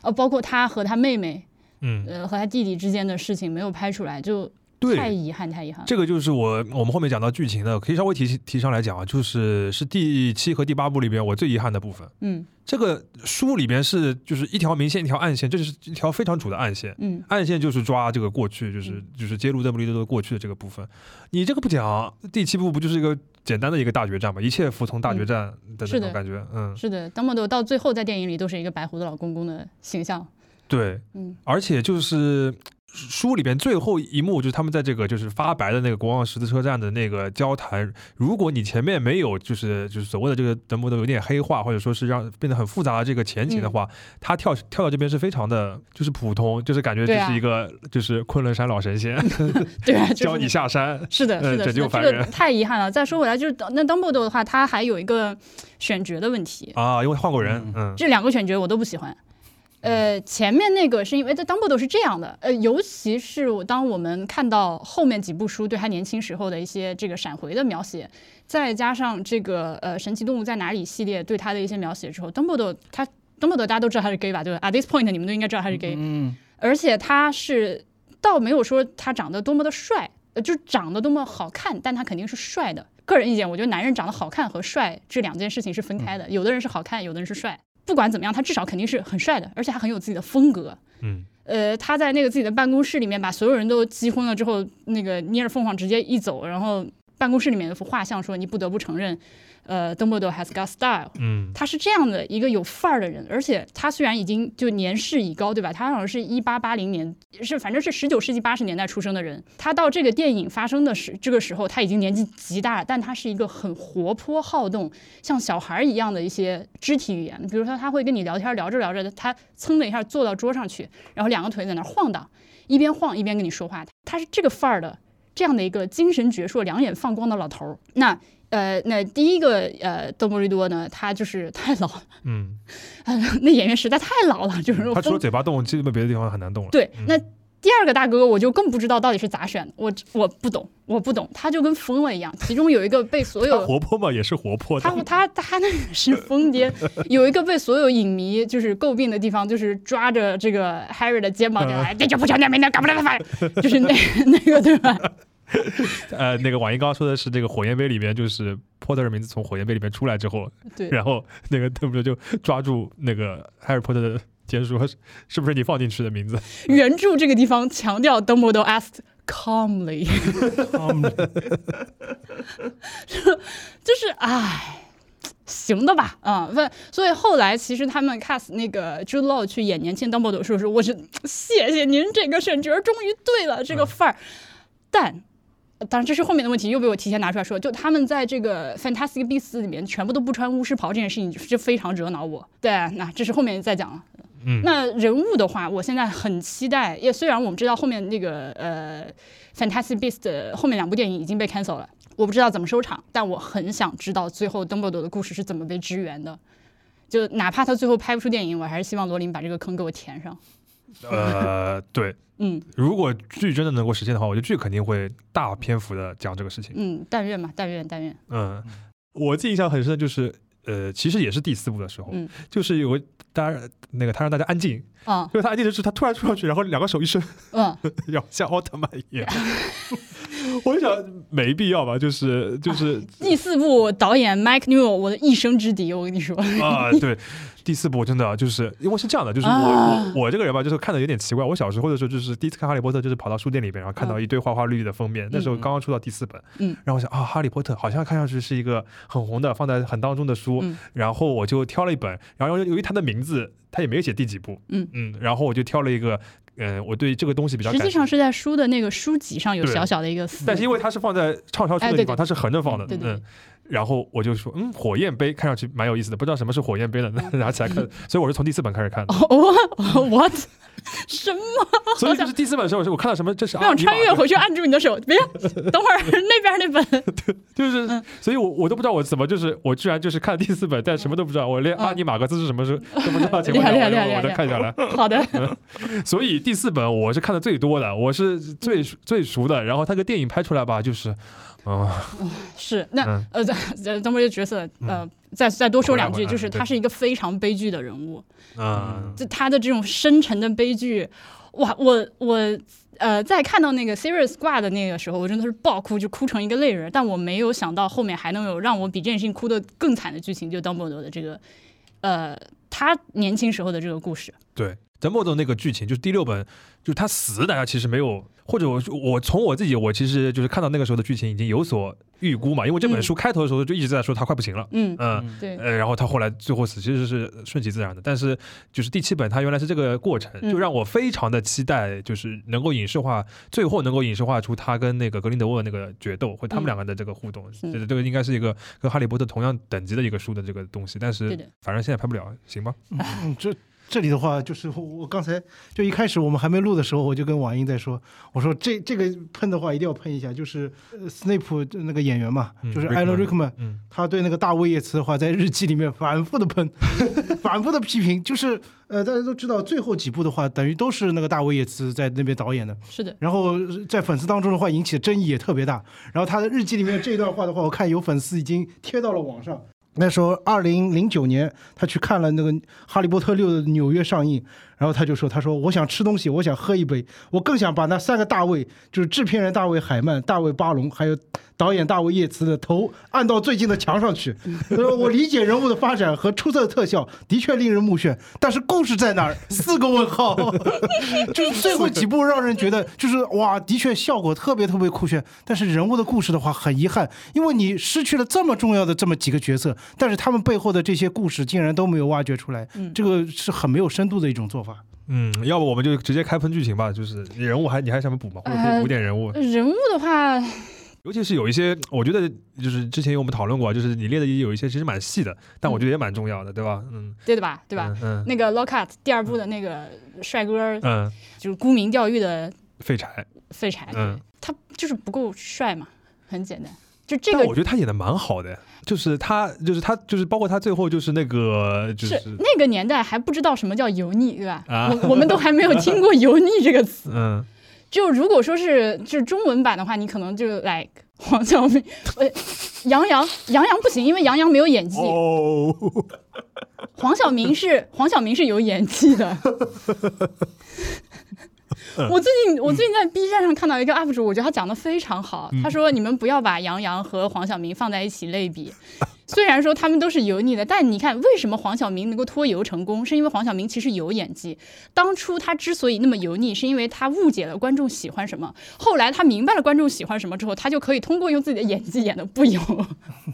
S3: 呃，包括他和他妹妹，
S2: 嗯，
S3: 呃，和他弟弟之间的事情没有拍出来，就太
S2: 对，
S3: 遗憾，太遗憾了。
S2: 这个就是我我们后面讲到剧情的，可以稍微提提上来讲啊，就是是第七和第八部里边我最遗憾的部分。
S3: 嗯
S2: 这个书里边是就是一条明线一条暗线，这是一条非常主的暗线。
S3: 嗯
S2: 暗线就是抓这个过去，就是
S3: 嗯
S2: 就是揭露邓布利多的过去的这个部分。你这个不讲，第七部不就是一个简单的一个大决战吗？一切服从大决战的那
S3: 是
S2: 种
S3: 的
S2: 感觉。嗯，
S3: 是的，Dumbledore 到最后在电影里都是一个白胡子老公公的形象。
S2: 对，
S3: 嗯
S2: 而且就是书里边最后一幕，就是他们在这个就是发白的那个国王十字车站的那个交谈。如果你前面没有就是就是所谓的这个德摩德有点黑化，或者说是让变得很复杂的这个前
S3: 嗯
S2: 情的话，他跳跳到这边是非常的就是普通，就是感觉就
S3: 对啊
S2: 是一个就是昆仑山老神仙、
S3: 对啊， 就是
S2: 教你下山。
S3: 是的，
S2: 呃
S3: 是的，
S2: 拯
S3: 是
S2: 救
S3: 的，这
S2: 凡
S3: 个
S2: 人
S3: 太遗憾了。再说回来，就是那 Dumbledore 的话，他还有一个选角的问题，
S2: 啊，因为换过人，嗯，
S3: 这两个选角我都不喜欢。呃，前面那个是因为这 Dumbledore 是这样的，呃，尤其是我当我们看到后面几部书对他年轻时候的一些这个闪回的描写，再加上这个呃《神奇动物在哪里》系列对他的一些描写之后，Dumbledore 他 Dumbledore 大家都知道他是 gay 吧，对吧？At this point 你们都应该知道他是 gay，、
S4: 嗯，
S3: 而且他是倒没有说他长得多么的帅，呃，就长得多么好看，但他肯定是帅的。个人意见，我觉得男人长得好看和帅这两件事情是分开的，有的人是好看，有的人是帅。不管怎么样，他至少肯定是很帅的，而且他很有自己的风格。
S2: 嗯，
S3: 呃，他在那个自己的办公室里面把所有人都击昏了之后，那个尼尔凤凰直接一走，然后办公室里面有幅画像说：“你不得不承认，呃，邓布利多 has got style。”
S2: 嗯，
S3: 他是这样的一个有范儿的人，而且他虽然已经就年事已高，对吧？他好像是一八八零年，是反正是十九世纪八十年代出生的人。他到这个电影发生的时这个时候，他已经年纪极大了，但他是一个很活泼好动，像小孩儿一样的一些肢体语言。比如说，他会跟你聊天，聊着聊着，他噌的一下坐到桌上去，然后两个腿在那儿晃荡，一边晃一边跟你说话。他是这个范儿的，这样的一个精神矍铄、两眼放光的老头儿。那呃，那第一个呃，邓布利多呢，他就是太老了，
S2: 嗯，
S3: 那演员实在太老了，就是
S2: 他嗯除了
S3: 疯。
S2: 嘴巴动，基本别的地方很难动了。
S3: 对，那第二个大哥我就更不知道到底是咋选的，我我不懂，我不懂，他就跟疯了一样。其中有一个被所
S2: 他
S3: 有
S2: 活泼嘛，也是活泼的
S3: 他。他他那个是疯癫，有一个被所有影迷就是诟病的地方，就是抓着这个 Harry 的肩膀
S2: 嗯
S3: 给他，这就不成那没那干不了反正就是那 那个对吧？
S2: 呃，那个婉英刚刚说的是这个火焰杯里面，就是波特的名字从火焰杯里面出来之后，
S3: 对
S2: 然后那个邓布利多就抓住那个 Harry Potter 的天说 是不是你放进去的名字？
S3: 原著这个地方强调 Dumbledore asked calmly，就是唉。行的吧，啊、问，所以后来其实他们 cast 那个 Jude Law 去演年轻 Dumbledore 的时候，说我是谢谢您这个选角，终于对了这个范儿。但当然这是后面的问题，又被我提前拿出来说，就他们在这个 Fantastic Beasts 里面全部都不穿巫师袍这件事情，就非常惹恼我。对，那这是后面再讲了。
S2: 嗯
S3: 那人物的话，我现在很期待，也虽然我们知道后面那个呃 Fantastic Beast 的后面两部电影已经被 cancel 了，我不知道怎么收场，但我很想知道最后 Dumbledore 的故事是怎么被支援的。就哪怕他最后拍不出电影，我还是希望罗琳把这个坑给我填上。
S2: 呃，对，
S3: 嗯
S2: 如果剧真的能够实现的话，我觉得剧肯定会大篇幅的讲这个事情。
S3: 嗯，但愿嘛，但愿但愿。
S2: 嗯，我自己印象很深的就是，呃，其实也是第四部的时候，
S3: 嗯
S2: 就是有个大家那个他让大家安静，
S3: 啊
S2: 因为他安静的时候，他突然冲上去，然后两个手一伸，
S3: 嗯
S2: 然后像奥特曼 一样。我就想没必要吧，就是 就是
S3: 第四部导演 Mike Newell，我的一生之敌，我跟你说。
S2: 啊、对，第四部真的啊就是因为是这样的，就是我、
S3: 啊
S2: 我我这个人吧，就是看的有点奇怪。我小时候的时候，就是第一次看《哈利波特》，就是跑到书店里边，然后看到一堆花花绿绿的封面，那时候刚刚出到第四本，
S3: 嗯
S2: 然后我想啊，《哈利波特》好像看上去是一个很红的，放在很当中的书，
S3: 嗯
S2: 然后我就挑了一本，然后由于它的名字，它也没有写第几部，
S3: 嗯
S2: 嗯，然后我就挑了一个，嗯、我对这个东西比较
S3: 实
S2: 感
S3: 际
S2: 兴
S3: 上是在书的那个书籍上有
S2: 对
S3: 小小的一个私，
S2: 但是因为它是放在畅销书
S3: 嗯哎
S2: 的
S3: 对
S2: 地方，
S3: 对
S2: 它是横着放的，
S3: 对对
S2: 嗯。然后我就说，嗯，火焰杯看上去蛮有意思的，不知道什么是火焰杯的，拿 起来看。所以我是从第四本开始看的，
S3: 嗯哦 what 什么？
S2: 所以就是第四本的时候，我是我看到什么，这是啊
S3: 我想穿越回去按住你的手，别，等会儿那边那本。
S2: 就是
S3: 嗯，
S2: 所以我我都不知道我怎么就是我居然就是看第四本，但什么都不知道，我连
S3: 嗯
S2: 阿尼马格斯是什么是都不知道，情况
S3: 厉
S2: 下我
S3: 害厉害
S2: 就
S3: 厉害
S2: 我就看下来。
S3: 好的，
S2: 所以第四本我是看的最多的，我是最最熟的。然后他个电影拍出来吧，就是，嗯，
S3: 是那、
S2: 嗯
S3: 呃，这这东波这角色，呃，再再多说两
S2: 回
S3: 句，
S2: 来回来
S3: 就是他
S2: 对
S3: 是一个非常悲剧的人物，
S2: 嗯
S3: 就他的这种深沉的悲剧，哇，我我呃，在看到那个 Serious 挂的那个时候，我真的是爆哭，就哭成一个泪人。但我没有想到后面还能有让我比这件事情哭得更惨的剧情，就 Dumbledore 的这个，呃，他年轻时候的这个故事。
S2: 对，在莫总那个剧情，就是第六本，就是他死，大家其实没有，或者我我从我自己，我其实就是看到那个时候的剧情已经有所预估嘛，因为这本
S3: 嗯
S2: 书开头的时候就一直在说他快不行了，
S3: 嗯，
S2: 嗯。
S4: 嗯
S3: 对，
S2: 呃，然后他后来最后死其实是顺其自然的，但是就是第七本它原来是这个过程，
S3: 嗯
S2: 就让我非常的期待，就是能够影视化，最后能够影视化出他跟那个格林德沃那个决斗，或他们
S3: 嗯
S2: 两个的这个互动，
S3: 嗯
S2: 这这个应该是一个跟哈利波特同样等级的一个书的这个东西，但是
S3: 对的
S2: 反正现在拍不了，行吧？
S4: 嗯，这这里的话，就是我我刚才就一开始我们还没录的时候，我就跟网英在说，我说这这个喷的话一定要喷一下，就是呃斯内普那个演员嘛，
S2: 嗯
S4: 就是艾伦·瑞克曼，
S2: 嗯，
S4: 他对那个大卫叶茨的话，在日记里面反复的喷， 反复的批评，就是呃大家都知道最后几部的话，等于都是那个大卫叶茨在那边导演的，
S3: 是的，
S4: 然后呃在粉丝当中的话引起争议也特别大。然后他的日记里面这一段话的话，我看有粉丝已经贴到了网上。那时候二零零九年，他去看了那个《哈利波特六》的纽约上映，然后他就说：“他说我想吃东西，我想喝一杯，我更想把那三个大卫，就是制片人大卫海曼、大卫巴隆，还有导演大卫叶茨的头按到最近的墙上去。” 他说：“我理解人物的发展和出色的特效的确令人目眩，但是故事在 哪儿？四个问号。”就是 最后几部让人觉得就是哇，的确效果特别特别酷炫，但是人物的故事的话很遗憾，因为你失去了这么重要的这么几个角色，但是他们背后的这些故事竟然都没有挖掘出来，
S3: 嗯
S4: 这个是很没有深度的一种做法。
S2: 嗯，要不我们就直接开喷剧情吧，就是人物还你还想补吗？或者可以
S3: 呃
S2: 补点人物，
S3: 人物的话，
S2: 尤其是有一些，我觉得就是之前我们讨论过啊，就是你列的也有一些其实蛮细的，但我觉得也蛮重要的，对吧？嗯，
S3: 对的吧，对吧？？
S2: 嗯
S3: 那个 Lockhart 第二部的那个帅哥，
S2: 嗯，
S3: 就是沽名钓誉的
S2: 废柴，
S3: 废柴，
S2: 嗯，
S3: 他就是不够帅嘛，很简单。就这
S2: 但
S3: 个
S2: 我觉得他演的蛮好的，就是他，就是他，就是包括他最后就是那个，就是
S3: 那个年代还不知道什么叫油腻，对吧？
S2: 啊
S3: 我我们都还没有听过油腻这 个词。
S2: 嗯，
S3: 就如果说是就是中文版的话，你可能就 like 黄晓明，呃，杨洋杨洋不行，因为杨洋没有演技。
S2: 哦，
S3: 黄晓明是黄晓明是有演技的。我最近我最近在 B 站上看到一个 UP 主，我觉得他讲的非常好。他说：“你们不要把杨洋和黄晓明放在一起类比， 虽然说他们都是油腻的，但你看为什么黄晓明能够脱油成功，是因为黄晓明其实有演技。当初他之所以那么油腻，是因为他误解了观众喜欢什么。后来他明白了观众喜欢什么之后，他就可以通过用自己的演技演的不油。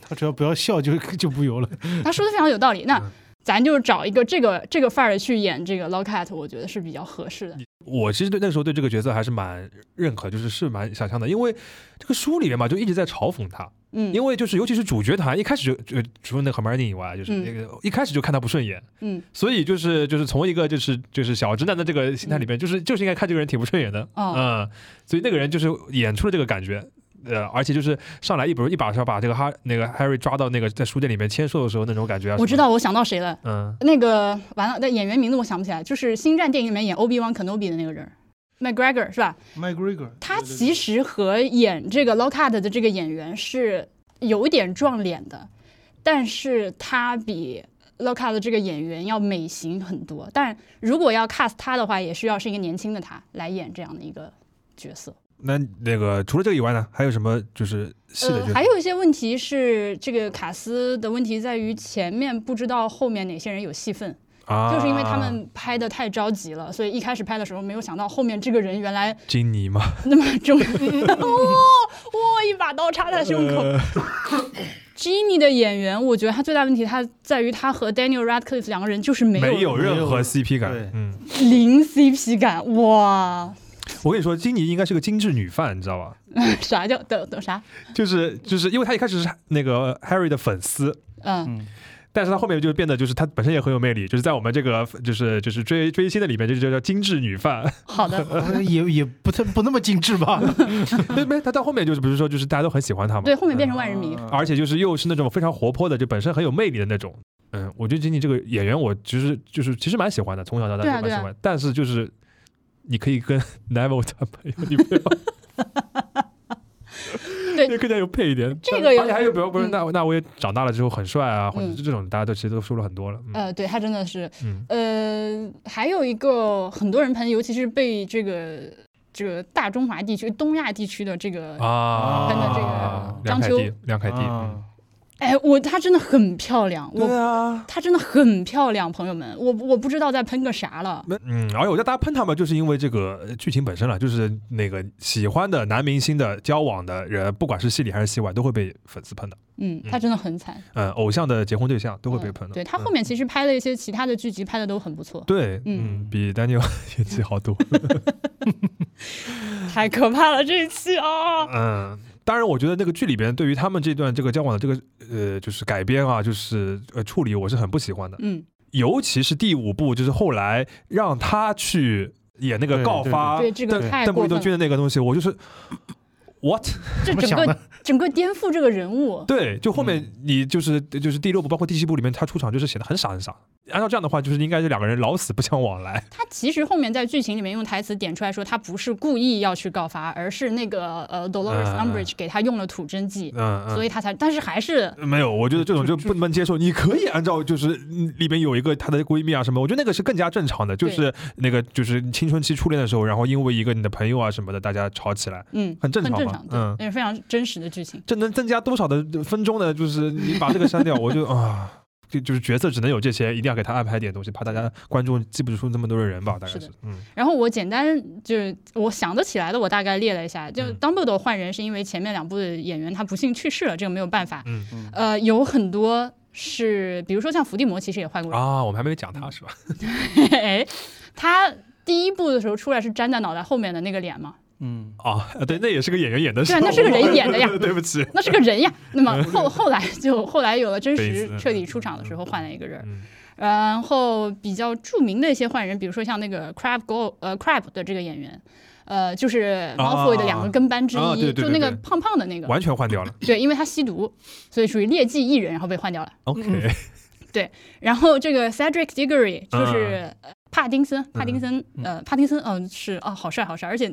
S4: 他只要不要笑就 就不油了。
S3: 他说的非常有道理。
S2: 嗯
S3: 那咱就找一个这个这个范儿去演这个 Locat，我觉得是比较合适的。
S2: 我其实对那时候对这个角色还是蛮认可，就是是蛮想象的，因为这个书里面嘛，就一直在嘲讽他，
S3: 嗯，
S2: 因为就是尤其是主角团一开始就就除了那个 m a r d i n 以外，啊就是那个一开始就看他不顺眼，
S3: 嗯，
S2: 所以就是就是从一个就是就是小直男的这个心态里面，就是就是应该看这个人挺不顺眼的，
S3: 嗯哦
S2: 嗯，所以那个人就是演出了这个感觉。呃，而且就是上来一，比如一把要把这个哈那个 Harry 抓到那个在书店里面签售的时候那种感觉啊，
S3: 我知
S2: 什么
S3: 道我想到谁了，
S2: 的，嗯，
S3: 那个完了，那演员名字我想不起来，就是《星战》电影里面演 Obi Wan Kenobi 的那个人，McGregor 是吧？
S4: McGregor，
S3: 他其实和演这个 Lockhart 的这个演员是有点撞脸的，但是他比 Lockhart 的这个演员要美型很多。但如果要 cast 他的话，也需要是一个年轻的他来演这样的一个角色。
S2: 那那个除了这个以外呢，还有什么就是戏的
S3: 呃
S2: 就，
S3: 还有一些问题是这个卡斯的问题在于前面不知道后面哪些人有戏份，
S2: 啊，
S3: 就是因为他们拍的太着急了，所以一开始拍的时候没有想到后面这个人原来
S2: 金妮嘛，
S3: 那么 重，哇哇、一把刀插在胸口。Jenny 的演员，我觉得他最大问题，他在于他和 Daniel Radcliffe 两个人就是没
S2: 没
S3: 有
S2: 有任
S4: 没
S2: 何
S4: 有
S2: CP 感
S4: 对。
S2: 嗯，
S3: 零 CP 感。哇，
S2: 我跟你说，金妮应该是个精致女贩，你知道吧？
S3: 啥叫等等啥？
S2: 就是就是因为她一开始是那个 Harry 的粉丝。
S3: 嗯，
S4: 嗯，
S2: 但是她后面就变得就是她本身也很有魅力，就是在我们这个就是就是追追星的里面，就是叫精致女 贩。
S3: 好的。
S4: 也也不太不那么精致吧？
S2: 没没，她到后面就是比如说就是大家都很喜欢她嘛，
S3: 对，后面变成万人迷。
S2: 而且就是又是那种非常活泼的，就本身很有魅力的那种。嗯，我觉得金妮这个演员，我其实就是其实蛮喜欢的，从小到大
S3: 对啊
S2: 都蛮喜欢。
S3: 对
S2: 但是就是你可以跟 Neville 他朋友，你不要
S3: 对
S2: 要更加有配一点。
S3: 这个有
S2: 而且还有比如不是
S3: 嗯
S2: 那那我也长大了之后很帅啊，或者
S3: 嗯
S2: 是这种大家都其实都说了很多了。嗯
S3: 呃，对他真的是，
S2: 嗯
S3: 呃，还有一个很多人喷，尤其是被这个这个大中华地区、东亚地区的这个，
S2: 啊，
S4: 看到这
S3: 个
S2: 梁
S3: 张
S2: 凯
S3: 秋
S2: 迪，梁凯迪，嗯
S4: 啊
S3: 哎，我她真的很漂亮，我
S2: 对啊。
S3: 她真的很漂亮，朋友们，我我不知道在喷个啥了。
S2: 嗯，而且我觉得大家喷他们，就是因为这个呃剧情本身了，就是那个喜欢的男明星的交往的人，不管是戏里还是戏外，都会被粉丝喷的。
S3: 嗯，她真的很惨，
S2: 嗯，偶像的结婚对象都会被喷
S3: 嗯
S2: 的。
S3: 对她
S2: 嗯
S3: 后面其实拍了一些其他的剧集，拍的都很不错，
S2: 对，
S3: 嗯
S2: 嗯，比丹尼尔演技好 多。
S3: 太可怕了这一期啊！
S2: 嗯，当然，我觉得那个剧里边对于他们这段这个交往的这个呃，就是改编啊，就是呃处理，我是很不喜欢的。
S3: 嗯，
S2: 尤其是第五部，就是后来让他去演那个
S4: 对
S2: 告
S4: 对
S2: 发
S3: 对这个
S2: 邓
S3: 太
S2: 邓布
S3: 过
S2: 利多
S3: 分
S2: 君
S3: 了，
S2: 的那个东西，我就是 what。
S3: 这
S4: 怎么
S3: 整
S4: 想
S3: 个
S4: 的？
S3: 整个颠覆这个人物。
S2: 对，就后
S4: 嗯
S2: 面你就是就是第六部，包括第七部里面，他出场就是显得很傻很傻。按照这样的话，就是应该是两个人老死不相往来。
S3: 他其实后面在剧情里面用台词点出来说，他不是故意要去告发，而是那个呃 Dolores
S2: 嗯嗯
S3: Umbridge 给他用了吐真剂，
S2: 嗯嗯
S3: 所。以他才，但是还是
S2: 没有，我觉得这种就不能接受。你可以按照就是嗯里面有一个她的闺蜜啊什么，我觉得那个是更加正常的，就是那个就是青春期初恋的时候，然后因为一个你的朋友啊什么的，大家吵起来，
S3: 嗯
S2: 很正常
S3: 很
S2: 嘛
S3: 正常，
S2: 嗯
S3: 对，那是非常真实的剧情。
S2: 这能增加多少的分钟呢？就是你把这个删掉，我就 啊。就就是角色只能有这些，一定要给他安排点东西，怕大家观众记不住那么多的人吧，大概是。
S3: 是的
S2: 嗯
S3: 然后我简单就是我想得起来的，我大概列了一下，就
S2: 嗯
S3: Dumbledore 换人是因为前面两部的演员他不幸去世了，这个没有办法。
S2: 嗯
S3: 呃，有很多是，比如说像伏地魔，其实也换过人，
S2: 啊，我们还没讲他是吧？啊
S3: 哎， 他第一部的时候出来是粘在脑袋后面的那个脸嘛，
S4: 嗯，
S2: 啊，对，那也是个演员演的，
S3: 对啊那是个人演的呀
S2: 对不起，
S3: 那是个 人呀。那
S2: 嗯
S3: 么后后来就后来有了真
S2: 贝
S3: 实
S2: 斯
S3: 彻底出场的时候换了一个人，
S2: 嗯
S3: 然后比较著名的一些换人，比如说像那个 Crab Go 呃 Crab 的这个演员。呃，就是
S2: 啊
S3: Malfoy 的两个跟班之一，
S2: 啊对对对
S3: 就那个
S2: 对
S3: 胖胖的那个，
S2: 完全换掉了。
S3: 对，因为他吸毒，所以属于劣迹艺人，然后被换掉了。
S2: OK，
S3: 然后这个 Cedric
S2: 嗯
S3: Diggory 就是呃帕丁森，帕丁森，呃，帕丁森，嗯、是啊、好帅，好帅，而且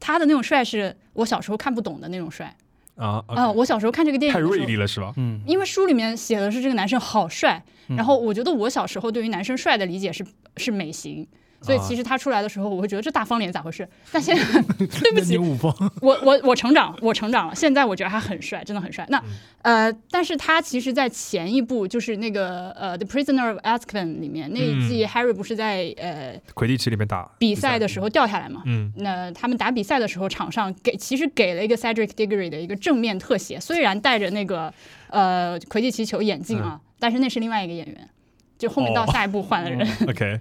S3: 他的那种帅是我小时候看不懂的那种帅
S2: 啊
S3: 啊、我小时候看这个电影
S2: 太
S3: 的时候
S2: 锐利了是吧？
S4: 嗯，
S3: 因为书里面写的是这个男生好帅，然后我觉得我小时候对于男生帅的理解是是美型，
S4: 啊
S3: 所以其实他出来的时候，我会觉得这大方脸咋回事？ 但现 在对不
S4: 那你
S3: 起，
S4: 五包，
S3: 我我我成长，我成长了。现在我觉得他很帅，真的很帅。那
S4: 嗯
S3: 呃，但是他其实，在前一部就是那个呃《The Prisoner of Azkaban》里面那一
S4: 嗯
S3: 季，Harry 不是在呃
S2: 魁地奇里面打
S3: 比赛的时候掉下来嘛？
S2: 嗯，
S3: 那他们打比赛的时候，场上给其实给了一个 Cedric Diggory 的一个正面特写，虽然戴着那个呃魁地奇球眼镜啊，但是那是另外一个演员，就后面到
S2: 嗯哦
S3: 下一步换了人。
S2: OK，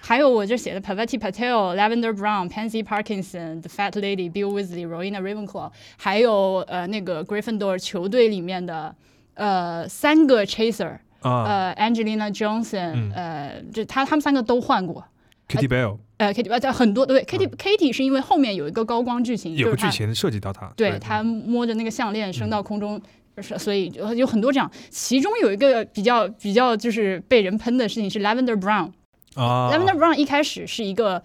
S3: 还有我这写的 Pavati Patel、Lavender Brown、Pansy Parkinson、The Fat Lady、Bill Weasley、Rowena Ravenclaw，还有呃那个 Gryffindor 球队里面的呃三个 Chaser，
S2: 啊
S3: 呃 Angelina Johnson，、
S2: 嗯
S3: 呃这他他们三个都换过。
S2: ，Kitty Bell
S3: 呃，Kitty 呃很多对 Kitty、Kitty 是因为后面有一个高光剧情，
S2: 嗯有个
S3: 就是
S2: 剧
S3: 他
S2: 情嗯涉及到他，
S3: 对他摸着那个项链升到空中，是所以就有很多这样。其中有一个比较比较就是被人喷的事情是 Lavender Brown，
S2: 啊
S3: Lavender Brown 一开始是一个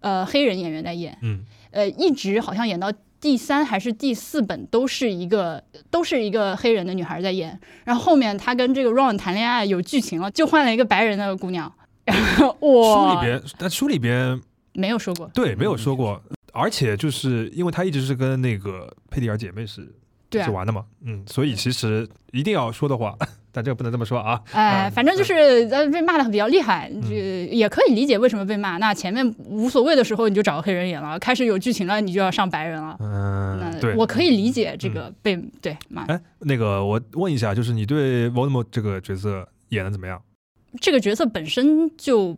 S3: 呃黑人演员来演，
S2: 嗯
S3: 呃，一直好像演到第三还是第四本都是一个都是一个黑人的女孩在演，然后后面她跟这个 Ron 谈恋爱有剧情了，就换了一个白人的姑娘，然后
S2: 书里
S3: 我
S2: 边，但书里边
S3: 没有说过，
S2: 对没有
S3: 嗯
S2: 说过，而且就是因为他一直是跟那个佩蒂尔姐妹是
S3: 对
S2: 是
S3: 啊，
S2: 玩的嘛，嗯，所以其实一定要说的话，但这个不能这么说啊，
S3: 哎、
S2: 嗯
S3: 反正就是呃被骂的比较厉害，这也可以理解为什么被骂。那前面无所谓的时候你就找个黑人演了，开始有剧情了你就要上白人了，
S2: 嗯，对嗯
S3: 那，我可以理解这个被、对骂。
S2: 哎，那个我问一下，就是你对 Voldemort 这个角色演的怎么样？
S3: 这个角色本身就，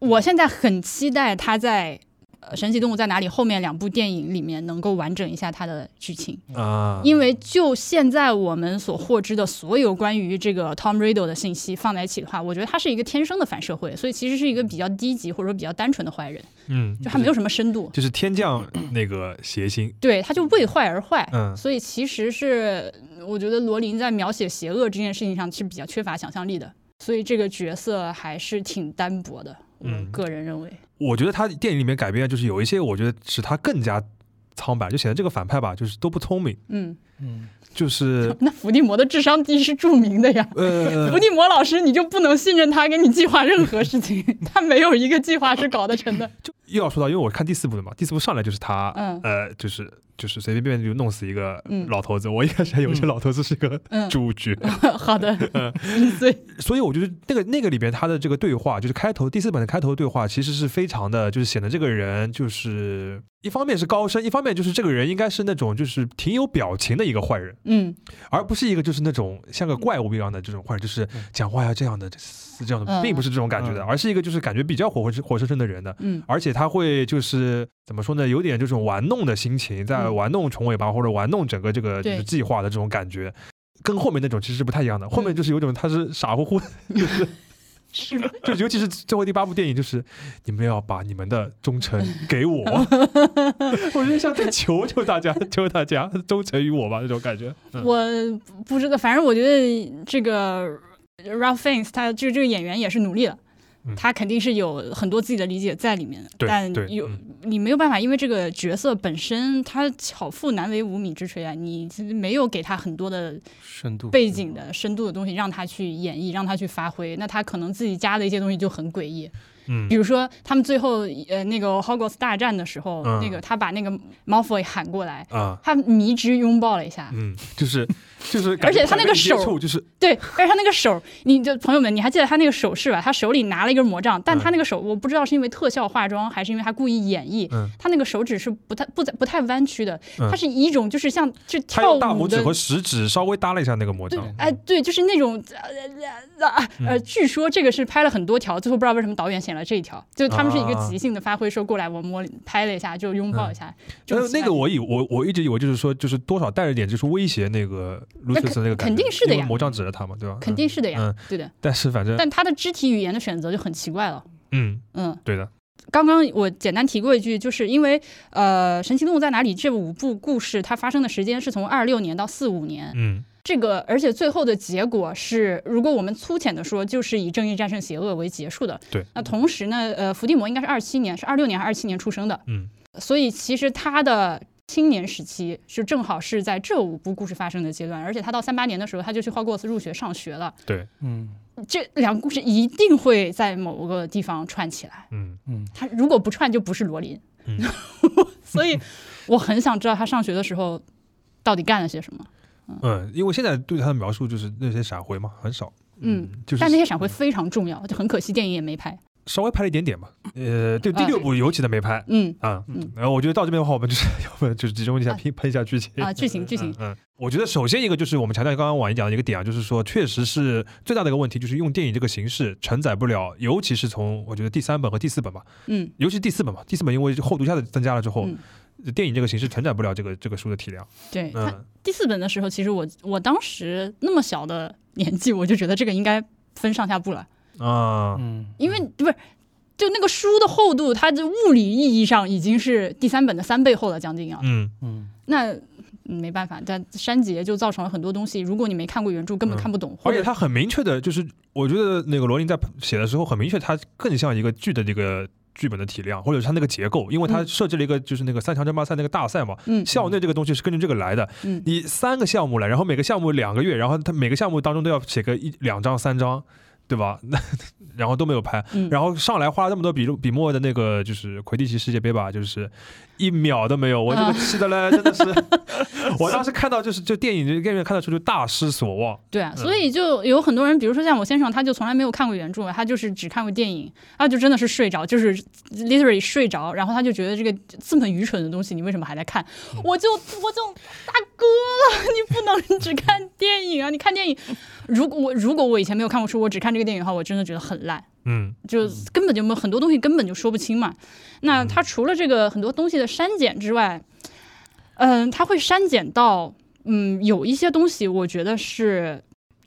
S3: 我现在很期待他在呃《神奇动物在哪里》后面两部电影里面能够完整一下他的剧情，
S2: 啊，
S3: 因为就现在我们所获知的所有关于这个 Tom Riddle 的信息放在一起的话，我觉得他是一个天生的反社会，所以其实是一个比较低级或者说比较单纯的坏人，
S2: 嗯，
S3: 就他没有什么深度。
S2: 就是天降 那个邪星，
S3: 对，他就为坏而坏，
S2: 嗯
S3: 所以其实是我觉得罗琳在描写邪恶这件事情上是比较缺乏想象力的，所以这个角色还是挺单薄的。我
S2: 嗯
S3: 个人认为，
S2: 我觉得他电影里面改编啊就是有一些，我觉得使他更加苍白，就显得这个反派吧，就是都不聪明，
S3: 嗯，
S4: 嗯，
S2: 就是
S3: 那伏地魔的智商低是著名的 呀。
S2: 呃
S3: 伏，地魔老师，你就不能信任他给你计划任何事情， 他没有一个计划是搞得成的。
S2: 就又要说到，因为我看第四部的嘛，第四部上来就是他，
S3: 嗯
S2: 呃，就是就是随随便便就弄死一个
S3: 嗯
S2: 老头子，我一开始还以为这老头子是个
S3: 嗯，
S2: 主角，
S3: 好的， 零碎，
S2: 所以我觉得那个那个里边他的这个对话，就是开头第四本的开头对话，其实是非常的，就是显得这个人就是一方面是高深，一方面就是这个人应该是那种就是挺有表情的一个坏人，
S3: 嗯
S2: 而不是一个就是那种像个怪物一样的这种坏人，就是讲话要这样的是这样的，
S3: 嗯
S2: 并不是这种感觉的，
S4: 嗯
S2: 而是一个就是感觉比较活活活生生的人的。
S3: 嗯
S2: 而且他会就是怎么说呢，有点这种玩弄的心情，在
S3: 嗯
S2: 玩弄虫尾巴或者玩弄整个这个就是
S3: 对
S2: 计划的这种感觉，跟后面那种其实是不太一样的。后
S3: 嗯
S2: 面就是有种他是傻乎乎的，
S3: 是吧？
S2: 就尤其是最后第八部电影，就是你们要把你们的忠 诚给我，我就像在求求大家，求大家忠诚于我吧那种感觉。嗯
S3: 我不知道，反正我觉得这个 Ralph Fiennes 他就这个演员也是努力了
S2: 嗯。
S3: 他肯定是有很多自己的理解在里面的，
S2: 对
S3: 但
S2: 对
S3: 有
S2: 嗯
S3: 你没有办法，因为这个角色本身他巧妇难为无米之炊啊，你没有给他很多的
S4: 深度
S3: 背景的深度的东西，让他去演绎，让他去发挥。那他可能自己加的一些东西就很诡异，
S2: 嗯
S3: 比如说他们最后呃那个 Hogwarts 大战的时候，
S2: 嗯
S3: 那个他把那个 Malfoy 喊过来，
S2: 啊。
S3: 他迷之拥抱了一下，
S2: 嗯，就是，就是感
S3: 而
S2: 觉，
S3: 且他那个手
S2: 接触就是
S3: 对，而且他那个手，你就朋友们，你还记得他那个手势吧？他手里拿了一根魔杖，但他那个手，我不知道是因为特效化妆，还是因为他故意演绎，
S2: 嗯
S3: 他那个手指是不太不在不太弯曲的，
S2: 嗯
S3: 他是以一种就是像就
S2: 他
S3: 跳
S2: 用大
S3: 舞
S2: 拇指
S3: 的
S2: 和食指稍微搭了一下那个魔
S3: 对
S2: 杖，，
S3: 哎，对，就是那种呃呃呃
S2: 嗯
S3: 呃，据说这个是拍了很多条，最后不知道为什么导演选了这一条，就是他们是一个
S2: 啊
S3: 即兴的发挥，说过来我摸拍了一下就拥抱一下，就
S2: 但
S3: 很
S2: 是
S3: 奇
S2: 嗯呃那
S3: 怪
S2: 个我以我我一直以为就是说，就是多少带着点就是威胁那个卢
S3: 那
S2: 瑟斯那个感觉，
S3: 肯定是的呀
S2: 因为魔杖指着他嘛，对吧？
S3: 肯
S2: 嗯。
S3: 定是的呀，
S2: 嗯
S3: 对的，
S2: 但是反正
S3: 但他的肢体语言的选择就很奇怪了，
S2: 嗯，
S3: 嗯。
S2: 对的，
S3: 刚刚我简单提过一句，就是因为呃，《神奇动物在哪里》这五部故事，它发生的时间是从二六年到四五年，
S2: 嗯
S3: 这个而且最后的结果是，如果我们粗浅的说，就是以正义战胜邪恶为结束的。
S2: 对。
S3: 那同时呢，呃，伏地魔应该是二七年，是二六年还是二七年出生的，
S2: 嗯
S3: 所以其实他的。青年时期就正好是在这五部故事发生的阶段，而且他到三八年的时候，他就去霍格沃茨入学上学了。
S2: 对，
S4: 嗯，
S3: 这两个故事一定会在某个地方串起来。
S2: 嗯
S3: 他如果不串，就不是罗琳。
S2: 嗯
S3: 所以我很想知道他上学的时候到底干了些什么。
S2: 嗯，因为现在对他的描述就是那些闪回嘛，很少。
S3: 嗯，
S2: 就是
S3: 但那些闪回非常重要，就很可惜电影也没拍。
S2: 稍微拍了一点点吧。呃，对第
S3: 啊
S2: 六部尤其的没拍
S3: 嗯
S2: 啊。
S3: 嗯
S2: 然后我觉得到这边的话，我们就是 要不然就是集中一下
S3: 啊
S2: 拼喷一下剧情
S3: 啊，剧情剧情
S2: 嗯，嗯我觉得首先一个就是我们强调刚刚婉仪讲的一个点啊，就是说确实是最大的一个问题，就是用电影这个形式承载不了，尤其是从我觉得第三本和第四本吧，
S3: 嗯
S2: 尤其是第四本嘛，第四本因为厚度一下子增加了之后，呃
S3: 嗯，
S2: 电影这个形式承载不了这个这个书的体量。
S3: 对他
S2: 嗯
S3: 第四本的时候，其实我我当时那么小的年纪，我就觉得这个应该分上下部了，
S2: 啊，
S4: 嗯，
S3: 因为不是。就那个书的厚度，它的物理意义上已经是第三本的三倍厚了，将近啊。
S2: 嗯
S4: 嗯，
S3: 那嗯没办法，但删节就造成了很多东西，如果你没看过原著，根本
S2: 嗯
S3: 看不懂，或
S2: 而且
S3: 者
S2: 他很明确的，就是我觉得那个罗琳在写的时候很明确，他更像一个剧的这个剧本的体量，或者是他那个结构，因为他
S3: 嗯
S2: 设置了一个就是那个三强争霸赛那个大赛嘛。
S3: 嗯
S2: 校内这个东西是根据这个来的，
S3: 嗯
S2: 你三个项目来，然后每个项目两个月，然后他每个项目当中都要写个一两张三张，对吧？ 那然后都没有拍，
S3: 嗯
S2: 然后上来花了那么多笔录笔墨的那个就是魁地奇世界杯吧，就是一秒都没有，
S3: 啊
S2: 我这个气的嘞，真的 是，我当时看到就是就电影这个电影院看得出就大失所望，
S3: 对啊，
S2: 嗯
S3: 所以就有很多人，比如说像我先生，他就从来没有看过原著，他就是只看过电影，他就真的是睡着，就是 literally 睡着，然后他就觉得这个这么愚蠢的东西，你为什么还在看？
S2: 嗯
S3: 我就我就大哥了， 你不能只看电影啊！你看电影，如果我如果我以前没有看过书，我只看这个电影的话，我真的觉得很烂。
S2: 嗯嗯
S3: 就根本就没有很多东西根本就说不清嘛。那它除了这个很多东西的删减之外，嗯，它会删减到嗯有一些东西，我觉得是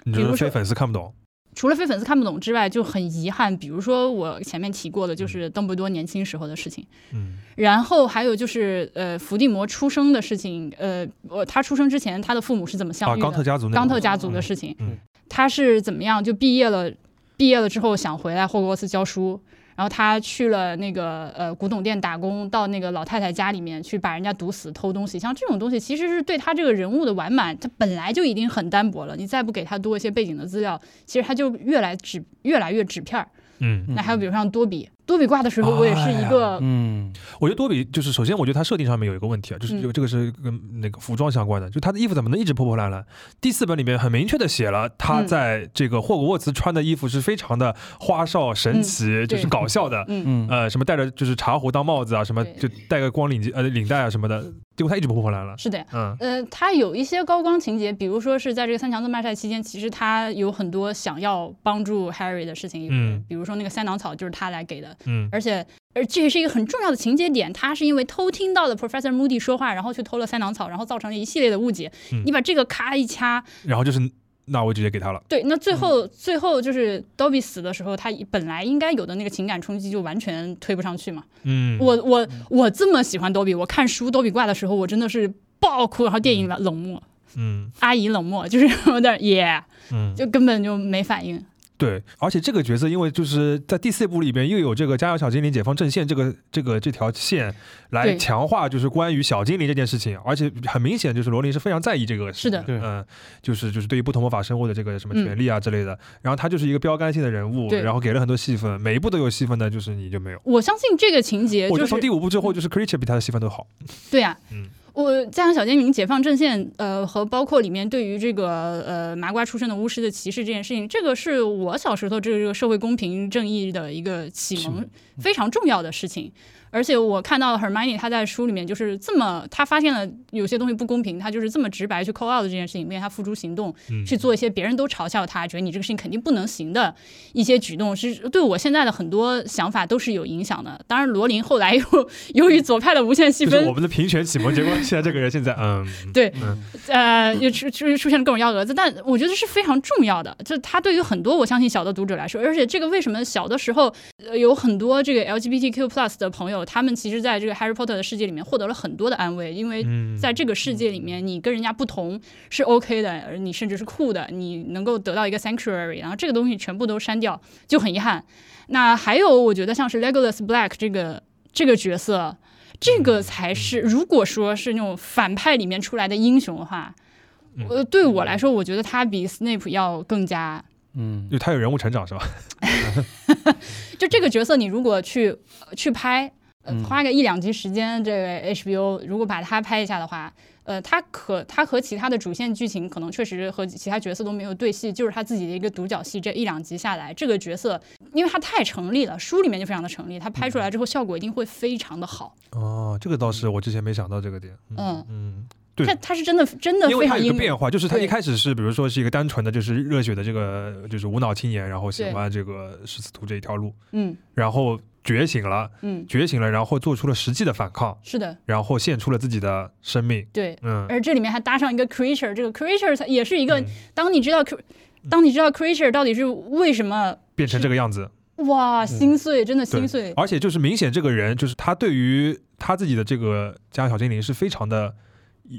S2: 你
S3: 比
S2: 觉
S3: 如
S2: 得
S3: 说
S2: 非粉丝看不懂，
S3: 除了非粉丝看不懂之外，就很遗憾。比如说我前面提过的，就是邓布利多年轻时候的事情，
S2: 嗯
S3: 然后还有就是呃伏地魔出生的事情，呃，我他出生之前他的父母是怎么
S2: 啊，
S3: 相遇
S2: 冈
S3: 的
S2: 特？家族那个
S3: 冈特家族的事情，
S2: 嗯
S3: 他是怎么样就毕业了，毕业了之后想回来霍格沃茨教书，然后他去了那个呃古董店打工，到那个老太太家里面去把人家毒死偷东西，像这种东西其实是对他这个人物的完满，他本来就已经很单薄了，你再不给他多一些背景的资料，其实他就越来纸越来越纸片儿。
S2: 嗯，
S3: 那还有比如像多比，多比挂的时候，我也是一个、
S4: 嗯
S2: 我觉得多比就是首先，我觉得他设定上面有一个问题啊，就是
S3: 嗯
S2: 这个这个是跟那个服装相关的，就他的衣服怎么能一直破破烂烂？第四本里面很明确的写了，他
S3: 嗯
S2: 在这个霍格沃茨穿的衣服是非常的花哨、神奇，就是搞笑的。
S3: 嗯
S4: 嗯
S2: 呃，什么戴着就是茶壶当帽子啊，什么就
S3: 对
S2: 戴个光领结呃领带啊什么的，结果他一直破破烂烂。
S3: 是的呀。
S2: 嗯
S3: 呃，他有一些高光情节，比如说是在这个三强争霸赛期间，其实他有很多想要帮助 Harry 的事情，
S2: 嗯
S3: 比如说那个三囊草就是他来给的，
S2: 嗯
S3: 而且而这也是一个很重要的情节点，他是因为偷听到了 Professor Moody 说话，然后去偷了三囊草，然后造成了一系列的误解。
S2: 嗯
S3: 你把这个咔一掐，
S2: 然后就是那我直接给他了。
S3: 对，那最后、
S2: 嗯
S3: 最后就是刀比死的时候，他本来应该有的那个情感冲击就完全推不上去嘛。
S2: 嗯，
S3: 我我我这么喜欢刀比，我看书刀比挂的时候，我真的是爆哭，然后电影冷冷漠。
S2: 嗯
S3: 阿姨冷漠，就是有点耶，
S2: 嗯，
S3: 就根本就没反应。
S2: 对，而且这个角色因为就是在第四部里边又有这个家养小精灵解放阵线这个这个这条线来
S3: 对
S2: 强化就是关于小精灵这件事情，而且很明显就是罗琳是非常在意这个事
S3: 是的嗯
S4: 对
S2: 嗯，就是就是对于不同魔法生物的这个什么权利啊之类的，然后他就是一个标杆性的人物，
S3: 对
S2: 然后给了很多戏份，每一部都有戏份的，就是你就没有。
S3: 我相信这个情节
S2: 我觉
S3: 就
S2: 得
S3: 是嗯
S2: 从第五部之后，就是 Creature 比他的戏份都好。
S3: 对呀、
S2: 嗯
S3: 我加上小精灵解放阵线，呃，和包括里面对于这个呃麻瓜出身的巫师的歧视这件事情，这个是我小时候对这个社会公平正义的一个启
S4: 启蒙
S3: 蒙，非常重要的事情。而且我看到 Hermione 她在书里面就是这么，她发现了有些东西不公平，她就是这么直白去 call out 的这件事情，并且她付诸行动，
S2: 嗯，
S3: 去做一些别人都嘲笑他，觉得你这个事情肯定不能行的一些举动，是对我现在的很多想法都是有影响的。当然，罗琳后来又 由于左派的无限细
S2: 就是我
S3: 分，
S2: 们的评选启蒙结果，现在这个人现在 嗯，
S3: 对
S2: 嗯
S3: 呃，又出出出现了各种幺蛾子，但我觉得是非常重要的。就它对于很多我相信小的读者来说，而且这个为什么小的时候、呃、有很多这个 LGBTQ plus 的朋友，他们其实在这个 Harry Potter 的世界里面获得了很多的安慰，因为
S2: 嗯，
S3: 在这个世界里面，你跟人家不同是 OK 的，而你甚至是酷的，你能够得到一个 sanctuary，然后这个东西全部都删掉，就很遗憾。那还有，我觉得像是 Legolas Black 这个这个角色，这个才是
S2: 嗯
S3: 如果说是那种反派里面出来的英雄的话
S2: 嗯，
S3: 呃，对我来说，我觉得他比 Snape 要更加
S4: 嗯
S2: 因为他有人物成长是吧？
S3: 就这个角色，你如果去呃去拍，呃
S4: 嗯，
S3: 花个一两集时间，这个 HBO 如果把它拍一下的话，呃，它可它和其他的主线剧情可能确实和其他角色都没有对戏，就是他自己的一个独角戏。这一两集下来，这个角色因为他太成立了，书里面就非常的成立，他拍
S2: 嗯
S3: 出来之后效果一定会非常的好。
S2: 哦，这个倒是我之前没想到这个点。
S3: 嗯
S2: 嗯，对
S3: 他他是真的真的
S2: 因
S3: 非
S2: 为他
S3: 常
S2: 有一
S3: 英
S2: 个变化，就是他一
S3: 对
S2: 开始是比如说是一个单纯的就是热血的这个就是无脑青年，然后喜
S3: 对
S2: 欢这个十字图这一条路，
S3: 嗯
S2: 然后觉醒了，
S3: 嗯，
S2: 觉醒了，然后做出了实际的反抗，
S3: 是的，
S2: 然后献出了自己的生命。
S3: 对。
S2: 嗯，
S3: 而这里面还搭上一个 creature，这个 creature 它也是一个
S2: 嗯，
S3: 当你知道 cre- 当你知道 creature 到底是为什么
S2: 变成这个样子，嗯
S3: 哇，心碎，真的心碎。
S2: 而且就是明显这个人就是他对于他自己的这个家小精灵是非常的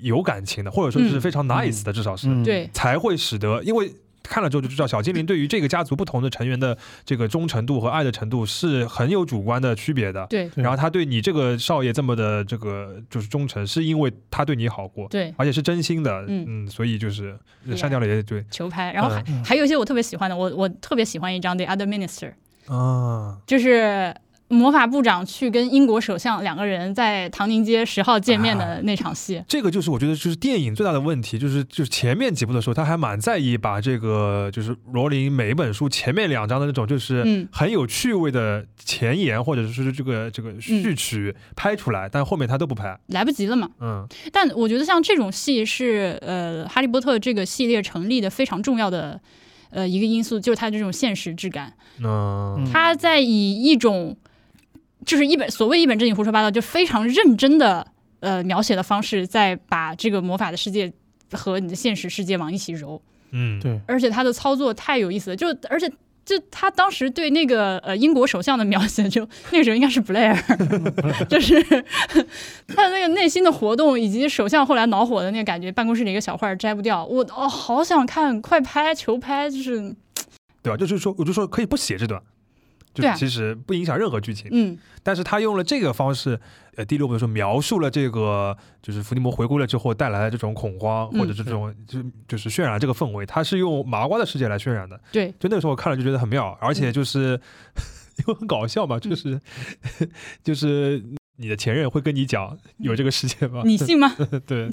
S2: 有感情的，或者说是
S3: 嗯
S2: 非常 nice 的，至少是、
S4: 嗯
S3: 对，
S2: 才会使得因为。看了之后就知道，小精灵对于这个家族不同的成员的这个忠诚度和爱的程度是很有主观的区别的。
S3: 对，
S4: 对
S2: 然后他对你这个少爷这么的这个就是忠诚，是因为他对你好过，
S3: 对，
S2: 而且是真心的。
S3: 嗯
S2: 嗯所以就是
S3: 对
S2: 删掉了也对
S3: 球拍。然后还、
S4: 嗯
S3: 还有一些我特别喜欢的，我我特别喜欢一张 The Other Minister，
S2: 啊，
S3: 就是魔法部长去跟英国首相两个人在唐宁街十号见面
S2: 啊
S3: 的那场戏。
S2: 这个就是我觉得就是电影最大的问题，就是就是前面几部的时候，他还蛮在意把这个就是罗琳每一本书前面两章的那种就是
S3: 嗯，
S2: 很有趣味的前言或者是这个这个序曲拍出来，但后面他都不拍。
S3: 来不及了嘛。
S2: 嗯
S3: 但我觉得像这种戏是呃《哈利波特》这个系列成立的非常重要的呃一个因素，就是它这种现实质感。
S2: 嗯
S4: 嗯
S3: 他在以一种就是一本所谓一本正经胡说八道，就非常认真的呃描写的方式，在把这个魔法的世界和你的现实世界往一起揉，
S2: 嗯，
S4: 对，
S3: 而且他的操作太有意思了，就而且。就他当时对那个呃英国首相的描写，就那个时候应该是布莱尔，就是他的那个内心的活动，以及首相后来恼火的那个感觉，办公室里一个小画儿摘不掉，我哦好想看，快拍球拍，就是
S2: 对吧？就是说，我就说可以不写这段，就
S3: 对
S2: 是
S3: 啊
S2: 其实不影响任何剧情。
S3: 嗯
S2: 但是他用了这个方式，呃，第六部的时候描述了这个就是伏地魔回归了之后带来的这种恐慌，
S3: 嗯
S2: 或者这种就就是渲染这个氛围，他是用麻瓜的视角来渲染的。
S3: 对，嗯
S2: 就那个时候我看了就觉得很妙，而且就是、 因为很搞笑嘛，就是、 就是你的前任会跟你讲有这个世界吗？
S3: 你信吗？
S2: 对，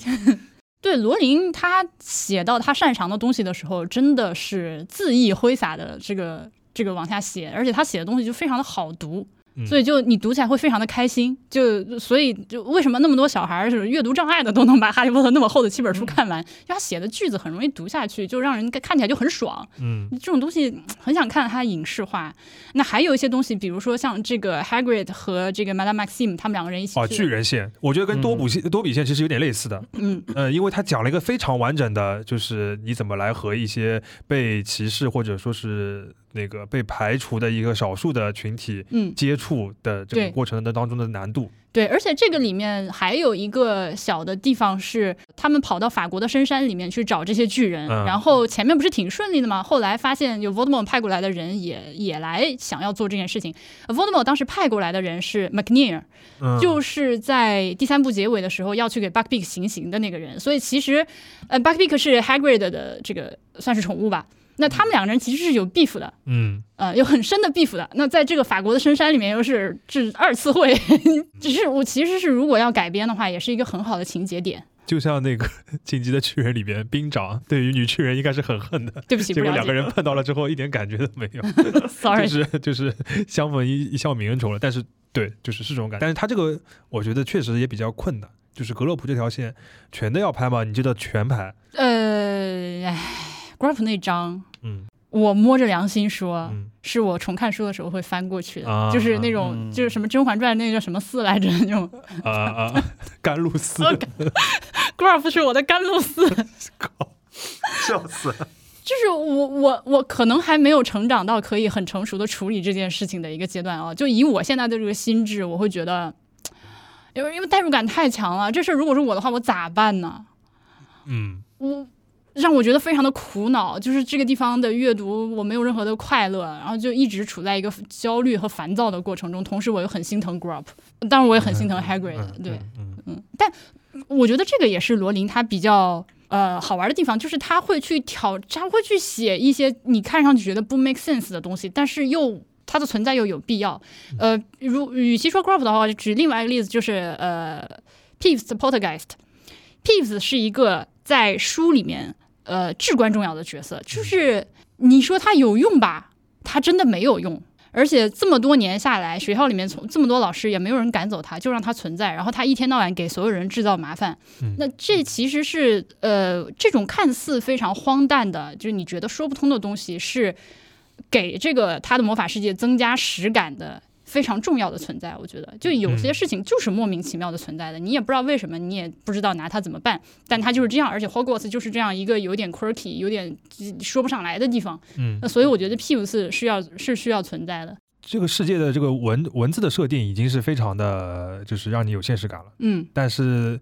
S3: 对罗琳，她写到她擅长的东西的时候，真的是恣意挥洒的这个这个往下写，而且她写的东西就非常的好读，
S2: 嗯
S3: 所以就你读起来会非常的开心。就所以就为什么那么多小孩儿是阅读障碍的都能把《哈利波特》那么厚的七本
S2: 嗯
S3: 书看完，就他写的句子很容易读下去，就让人看起来就很爽。
S2: 嗯
S3: 这种东西嗯很想看它影视化。那还有一些东西，比如说像这个 Hagrid 和这个 Madame Maxim 他们两个人一起
S2: 哦，
S3: 去
S2: 巨人线，我觉得跟多补线、多比线其实有点类似的，
S3: 嗯
S2: 呃，因为他讲了一个非常完整的，就是你怎么来和一些被歧视或者说是那个被排除的一个少数的群体
S3: 嗯
S2: 接触的这
S3: 对
S2: 个过程的当中的难度。
S3: 对，而且这个里面还有一个小的地方是，他们跑到法国的深山里面去找这些巨人，
S2: 嗯
S3: 然后前面不是挺顺利的吗？后来发现有 Voldemort 派过来的人也也来想要做这件事情。呃 Voldemort 当时派过来的人是 McNear，、
S2: 嗯，
S3: 就是在第三部结尾的时候要去给 Buckbeak 行刑的那个人。所以其实，呃，Buckbeak 是 Hagrid 的这个算是宠物吧。那他们两个人其实是有 beef 的，
S2: 嗯，
S3: 呃，有很深的 beef 的。那在这个法国的深山里面，又是这二次会， 只是我其实是如果要改编的话，也是一个很好的情节点。
S2: 就像那个《进击的巨人》里边，兵长对于女巨人应该是很恨的，
S3: 对不起，
S2: 结
S3: 不
S2: 果
S3: 了
S2: 两个
S3: 解
S2: 人碰到了之后一点感觉都没有。
S3: ，sorry，
S2: 就是就是相逢一一笑泯恩仇了。但是对，就是是这种感觉。但是他这个我觉得确实也比较困难，就是格洛普这条线全都要拍嘛，你就得全拍。
S3: 呃，唉 g r o p 那张，
S2: 嗯
S3: 我摸着良心说，
S2: 嗯
S3: 是我重看书的时候会翻过去的，
S2: 啊
S3: 就是那种、
S4: 嗯
S3: 就是什么《甄嬛传》那个叫什么四来着那种
S2: 啊啊， 啊甘露寺，
S3: 我 g r o p 是我的甘露寺。
S2: 靠， 笑死了。
S3: 就是我我我可能还没有成长到可以很成熟的处理这件事情的一个阶段啊。就以我现在的这个心智，我会觉得，因为因为代入感太强了，这事儿如果是我的话，我咋办呢？
S2: 嗯
S3: 我让我觉得非常的苦恼，就是这个地方的阅读我没有任何的快乐，然后就一直处在一个焦虑和烦躁的过程中，同时我又很心疼 Grop，当然我也很心疼 Hagrid，、
S2: 嗯
S3: 对。
S2: 嗯，嗯
S3: 我觉得这个也是罗琳她比较呃好玩的地方，就是他会去挑，他会去写一些你看上去觉得不 make sense 的东西，但是又它的存在又有必要。呃，如与其说 Graph 的话，举另外一个例子就是呃 Peeves 的 Poltergeist。Peeves 是一个在书里面呃至关重要的角色，就是你说他有用吧，他真的没有用。而且这么多年下来，学校里面从这么多老师也没有人赶走他，就让他存在。然后他一天到晚给所有人制造麻烦，
S2: 嗯
S3: 那这其实是呃这种看似非常荒诞的，就是你觉得说不通的东西，是给这个他的魔法世界增加实感的。非常重要的存在，我觉得就有些事情就是莫名其妙的存在的，你也不知道为什么，你也不知道拿它怎么办，但它就是这样，而且 Hogwarts 就是这样一个有点 quirky、有点说不上来的地方，
S2: 嗯
S3: 那，所以我觉得 P 五四是要是需要存在的。
S2: 这个世界的这个文文字的设定已经是非常的，就是让你有现实感了。
S3: 嗯，
S2: 但是，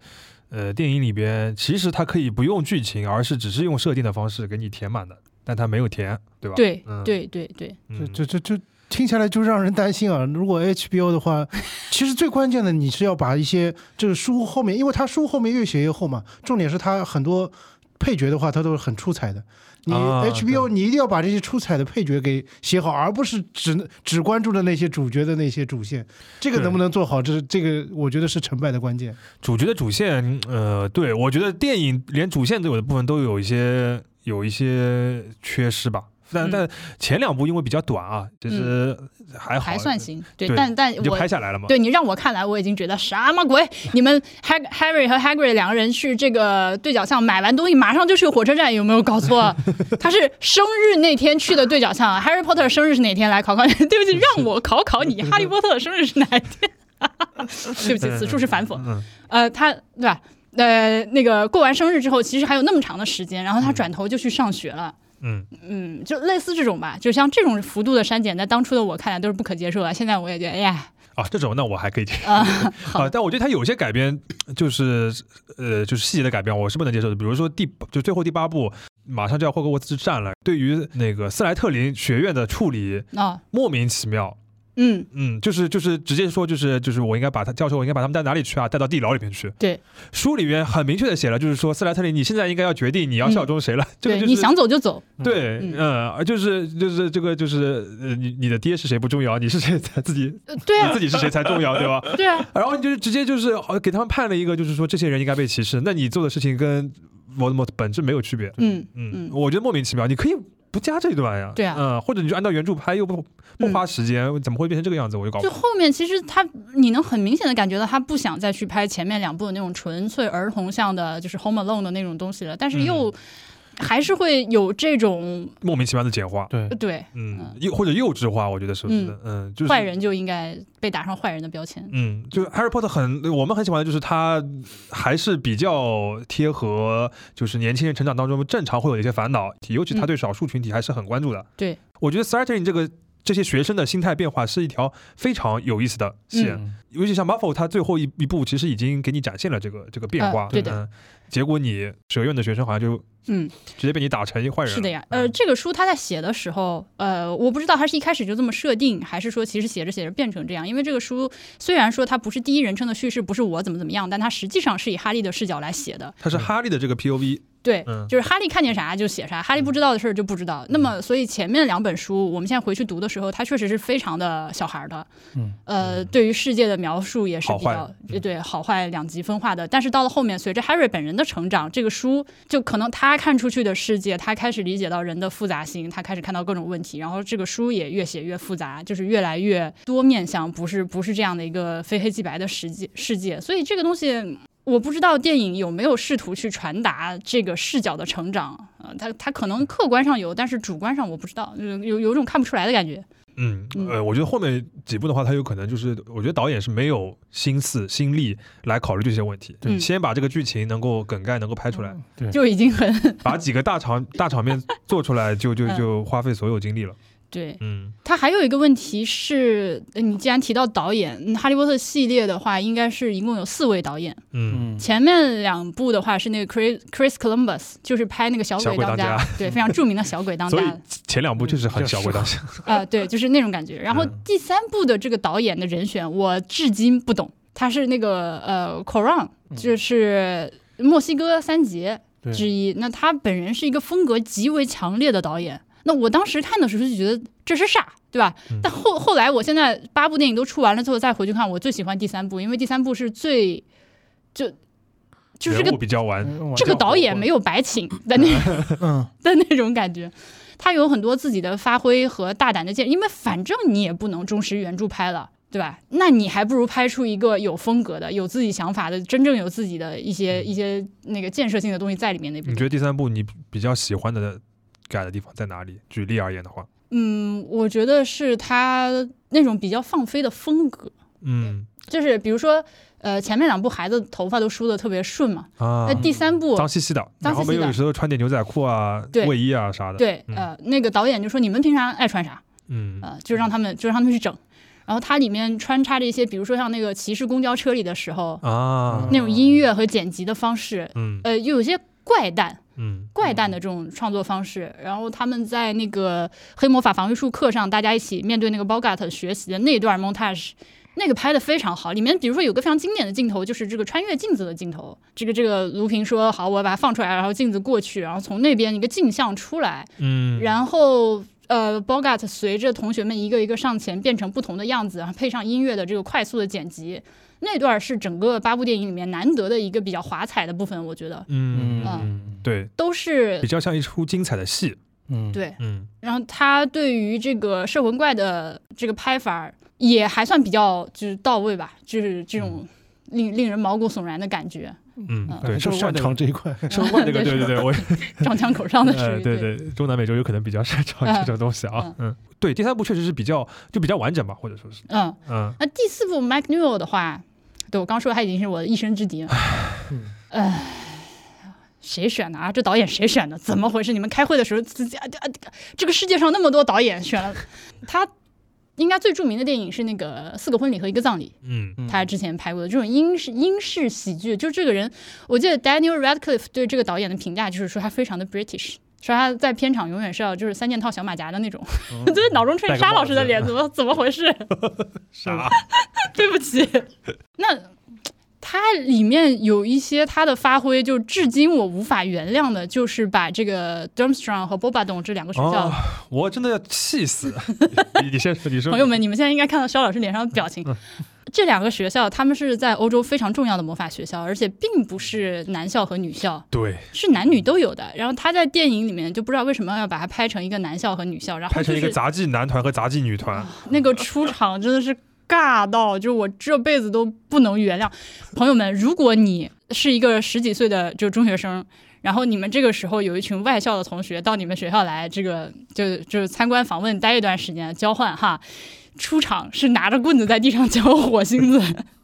S2: 呃，电影里边其实它可以不用剧情，而是只是用设定的方式给你填满的，但它没有填，对吧？
S3: 对
S2: 嗯、，
S3: 对对对，
S2: 嗯、
S4: 这这这这听起来就让人担心啊！如果 HBO 的话，其实最关键的你是要把一些这个书后面，因为它书后面越写越厚嘛，重点是它很多配角的话，它都是很出彩的。你
S2: 啊
S4: HBO 你一定要把这些出彩的配角给写好，而不是只只关注的那些主角的那些主线。这个
S2: 对
S4: 能不能做好，这这个我觉得是成败的关键。
S2: 主角的主线，呃，对我觉得电影连主线都有的部分都有一些有一些缺失吧。但、
S3: 嗯
S2: 但前两部因为比较短啊，其实还好，
S3: 还算行。对，
S2: 对
S3: 但但
S2: 你就
S3: 我
S2: 拍下来了嘛。
S3: 对你让我看来，我已经觉得什么鬼？你们 Har- Harry 和 Hagrid 两个人去这个对角巷买完东西，马上就去火车站，有没有搞错？啊 他是生日那天去的对角巷，Harry Potter 生日是哪天？来考考你， 对不起，让我考考你，哈利波特生日是哪一天？ 对不起，此处是反讽。
S2: 嗯，
S3: 呃，他对吧？呃，那个过完生日之后，其实还有那么长的时间，然后他
S2: 嗯
S3: 转头就去上学了。
S2: 嗯
S3: 嗯，就类似这种吧，就像这种幅度的删减，在当初的我看来都是不可接受的。现在我也觉得，哎呀，
S2: 啊，这种那我还可以接受
S3: 啊、
S2: 啊，但我觉得它有些改编就是呃就是细节的改编，我是不能接受的。比如说第就最后第八部马上就要霍格沃兹之战了，对于那个斯莱特林学院的处理
S3: 哦，
S2: 莫名其妙。
S3: 嗯，
S2: 嗯，就是就是直接说就是就是我应该把他教授，我应该把他们带哪里去啊？带到地牢里面去。
S3: 对，
S2: 书里面很明确的写了，就是说斯莱特林，你现在应该要决定你要
S3: 嗯
S2: 效忠谁了。 这个
S3: 对，
S2: 就是
S3: 你想走就走，
S2: 对，
S3: 嗯
S2: 嗯，而就是就是这个就是呃，你你的爹是谁不重要，你是谁才自己
S3: 呃对
S2: 你
S3: 啊
S2: 自，己是谁才重要，对吧？
S3: 对啊，
S2: 然后你就是直接就是呃给他们判了一个，就是说这些人应该被歧视，那你做的事情跟 Voldemort 本质没有区别。
S3: 嗯
S2: 嗯
S3: 嗯，
S2: 我觉得莫名其妙，你可以不加这段呀，
S3: 对啊
S2: 嗯，或者你就按照原著拍，又不不花时间，怎么会变成这个样子？我就搞不
S3: 嗯就
S2: 懂。
S3: 后面其实他，你能很明显的感觉到他不想再去拍前面两部的那种纯粹儿童向的，就是 Home Alone 的那种东西了，但是又。
S2: 嗯
S3: 还是会有这种
S2: 莫名其妙的简化，
S4: 对
S3: 呃对
S2: 嗯
S3: 嗯，
S2: 幼或者幼稚化，我觉得是不是？嗯，就是
S3: 坏。人就应该被打上坏人的标签，
S2: 嗯，就是 Harry Potter 很，我们很喜欢的就是他还是比较贴合，就是年轻人成长当中正常会有的一些烦恼，尤其他对少数群体还是很关注的。
S3: 对，
S2: 我觉得 s a r t i n 这个这些学生的心态变化是一条非常有意思的线，
S3: 嗯
S2: 尤其像 Muffle 他最后一一步其实已经给你展现了这个这个变化，
S3: 啊对的
S2: 嗯结果你蛇院的学生好像就
S3: 嗯，
S2: 直接被你打成一坏人了。
S3: 是的呀，
S2: 嗯
S3: 呃，这个书他在写的时候，呃，我不知道他是一开始就这么设定，还是说其实写着写着变成这样。因为这个书虽然说它不是第一人称的叙事，不是我怎么怎么样，但它实际上是以哈利的视角来写的。
S2: 他是哈利的这个 POV，
S3: 对，
S2: 嗯
S3: 就是哈利看见啥就写啥，哈利不知道的事儿就不知道。那么，所以前面两本书我们现在回去读的时候，它确实是非常的小孩儿的，
S4: 嗯，
S3: 呃，对于世界的描述也是
S2: 好
S3: 比较呃
S2: 坏嗯
S3: 对对好坏两极分化的。但是到了后面，随着 Harry 本人的成长，这个书就可能他看出去的世界，他开始理解到人的复杂性，他开始看到各种问题，然后这个书也越写越复杂，就是越来越多面向，不是不是这样的一个非黑即白的世界世界。所以这个东西。我不知道电影有没有试图去传达这个视角的成长啊、呃，它它可能客观上有，但是主观上我不知道，就是有有一种看不出来的感觉。
S2: 嗯，
S3: 嗯
S2: 呃，我觉得后面几部的话，他有可能就是，我觉得导演是没有心思、心力来考虑这些问题，
S3: 对嗯嗯
S2: 先把这个剧情能够梗概能够拍出来，
S3: 就已经很
S2: 把几个大场大场面做出来就，就就
S3: 嗯
S2: 花费所有精力了。
S3: 对，
S2: 嗯，
S3: 它还有一个问题是，呃你既然提到导演，嗯《哈利波特》系列的话，应该是一共有四位导演。
S2: 嗯
S4: 嗯，
S3: 前面两部的话是那个 Chris Chris Columbus，就是拍那个小
S2: 小
S3: 鬼
S2: 鬼
S3: 当
S2: 当
S3: 家，对，非常著名的小鬼 当
S2: 所以
S3: 家啊、
S2: 前两部确实很小鬼当时，
S3: 呃对，就是那种感觉。然后
S2: 嗯
S3: 第三部的这个导演的人选，我至今不懂，他是那个呃 Coron，就是墨西哥三杰。
S2: 嗯对
S3: 之一。那他本人是一个风格极为强烈的导演。那我当时看的时候就觉得这是啥，对吧？
S2: 嗯
S3: 但后后来我现在八部电影都出完了之后再回去看，我最喜欢第三部，因为第三部是最就就是
S2: 人
S3: 这个
S2: 物比较完，
S4: 嗯
S3: 这个导演没有白请的那
S4: 嗯，
S3: 的那种感觉。他有很多自己的发挥和大胆的见，因为反正你也不能忠实原著拍了，对吧？那你还不如拍出一个有风格的、有自己想法的、真正有自己的一些一些那个建设性的东西在里面那部
S2: 嗯你
S3: 电
S2: 觉得
S3: 影。
S2: 第三部你比较喜欢的改的地方在哪里？举例而言的话，
S3: 嗯，我觉得是他那种比较放飞的风格，
S2: 嗯
S3: 就是比如说，呃，前面两部孩子头发都梳的特别顺嘛，
S2: 啊
S3: 那，第三部
S2: 脏兮兮的，
S3: 脏
S2: 然
S3: 兮
S2: 后
S3: 兮的
S2: 没有时候穿点牛仔裤啊、
S3: 对
S2: 卫衣啊啥的，，
S3: 对，
S2: 嗯
S3: 呃，那个导演就说你们平常爱穿啥，
S2: 嗯
S3: 呃，就让他们就让他们去整。然后它里面穿插着一些，比如说像那个骑士公交车里的时候，
S2: 啊，
S3: 那种音乐和剪辑的方式，
S2: 嗯
S3: 呃，又有一些怪诞。
S2: 嗯
S3: 怪诞的这种创作方式，然后他们在那个黑魔法防御术课上，大家一起面对那个 Bogart 学习的那段 montage，那个拍的非常好。里面比如说有个非常经典的镜头，就是这个穿越镜子的镜头。这个这个卢平说好，我把它放出来，然后镜子过去，然后从那边一个镜像出来，
S2: 嗯，
S3: 然后呃，Bogart 随着同学们一个一个上前，变成不同的样子，然后配上音乐的这个快速的剪辑，那段是整个八部电影里面难得的一个比较华彩的部分，我觉得
S2: 嗯
S4: 嗯
S2: 嗯，对，
S3: 都是
S2: 比较像一出精彩的戏，
S4: 嗯，
S3: 对。
S2: 嗯
S3: 然后他对于这个摄魂怪的这个拍法儿也还算比较就是到位吧，就是这种令令人毛骨悚然的感觉，
S2: 嗯
S3: 嗯，
S2: 对，
S4: 就
S2: 上
S4: 擅长这 一块。
S2: 生 怪这个，对对对，我
S3: 撞枪口上的属
S2: 呃，
S3: 于
S2: 对对，中南美洲有可能比较擅长这种东西啊
S3: 嗯。
S2: 嗯，对，第三部确实是比较就比较完整吧，或者说是，
S3: 嗯。
S2: 嗯
S3: 那第四部 Mike Newell 的话，对我刚说他已经是我的一生之敌了。唉，谁选的啊？这导演谁选的？怎么回事？你们开会的时候，自己啊啊啊这个世界上那么多导演选了他。应该最著名的电影是那个《四个婚礼和一个葬礼》，
S2: 嗯
S3: 他之前拍过的这种英式英式喜剧，就这个人，我记得 Daniel Radcliffe 对这个导演的评价就是说他非常的 British，说他在片场永远是要就是三件套小马甲的那种。 我觉得脑中
S2: 哦戴
S3: 吹
S2: 个
S3: 沙
S2: 帽
S3: 老师的
S2: 子
S3: 脸，怎么怎么 回事？
S2: 啥？
S3: 对不起。那它里面有一些他的发挥，就至今我无法原谅的，就是把这个 Durmstrang 和 Bobadon 这两个学校、
S2: 哦，我真的要气 死！你你先说，你说，
S3: 朋友们，你们现在应该看到肖老师脸上的表情。
S2: 嗯
S3: 这两个学校，他们是在欧洲非常重要的魔法学校，而且并不是男校和女校，
S2: 对，
S3: 是男女都有的。然后他在电影里面就不知道为什么要把它拍成一个男校和女校，然后
S2: 拍成
S3: 就
S2: 一个
S3: 是啊
S2: 杂技男团和杂技女团，
S3: 那个出场真的是尬到，就是我这辈子都不能原谅。朋友们，如果你是一个十几岁的就中学生，然后你们这个时候有一群外校的同学到你们学校来，这个就就是参观访问，待一段时间交换哈。出场是拿着棍子在地上 浇火星子，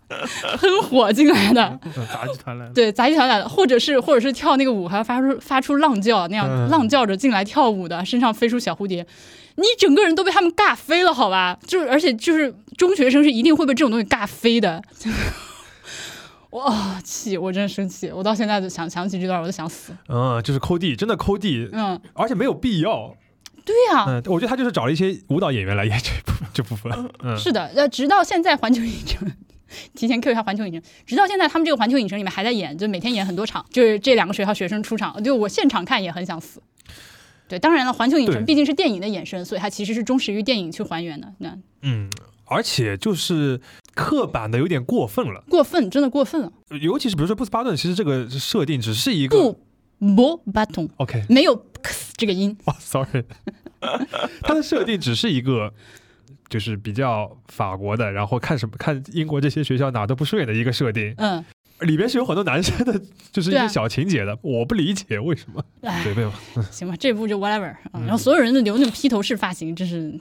S3: 喷火进来的。
S2: 嗯
S4: 杂技团来了，
S3: 对，杂技团来的，或者是或者是跳那个舞，还要发出发出浪叫那样、
S2: 嗯
S3: 浪叫着进来跳舞的，身上飞出小蝴蝶，你整个人都被他们尬飞了，好吧？就是而且就是中学生是一定会被这种东西尬飞的。 我、啊气，我真生气，我到现在就想想起这段，我都想死。
S2: 嗯，就是抠地，真的抠地，
S3: 嗯，
S2: 而且没有必要。
S3: 对呀、
S2: 嗯，我觉得他就是找了一些舞蹈演员来演这部这部分。嗯，
S3: 是的，呃，直到现在环球影城。提前 Q 一下环球影城，直到现在他们这个环球影城里面还在演，就每天演很多场，就是这两个学校学生出场，就我现场看也很想死。对，当然了，环球影
S2: 对
S3: 城毕竟是电影的衍生，所以它其实是忠实于电影去还原的。那
S2: 嗯，而且就是刻板的有点过分了，
S3: 过分，真的过分了。
S2: 尤其是比如说布斯巴顿，其实这个设定只是一个
S3: 不 b b a t o n
S2: OK，
S3: 没有 x 这个音。
S2: 哇，sorry，它的设定只是一个，就是比较法国的，然后看什么看英国这些学校哪都不顺眼的一个设定，
S3: 嗯，
S2: 里边是有很多男生的，就是一些
S3: 对啊
S2: 小情节的，我不理解为什么。
S3: 哎，
S2: 随便吧，
S3: 行吧，这部就 whatever 啊、然后所有人都留那种披头士发型，真是，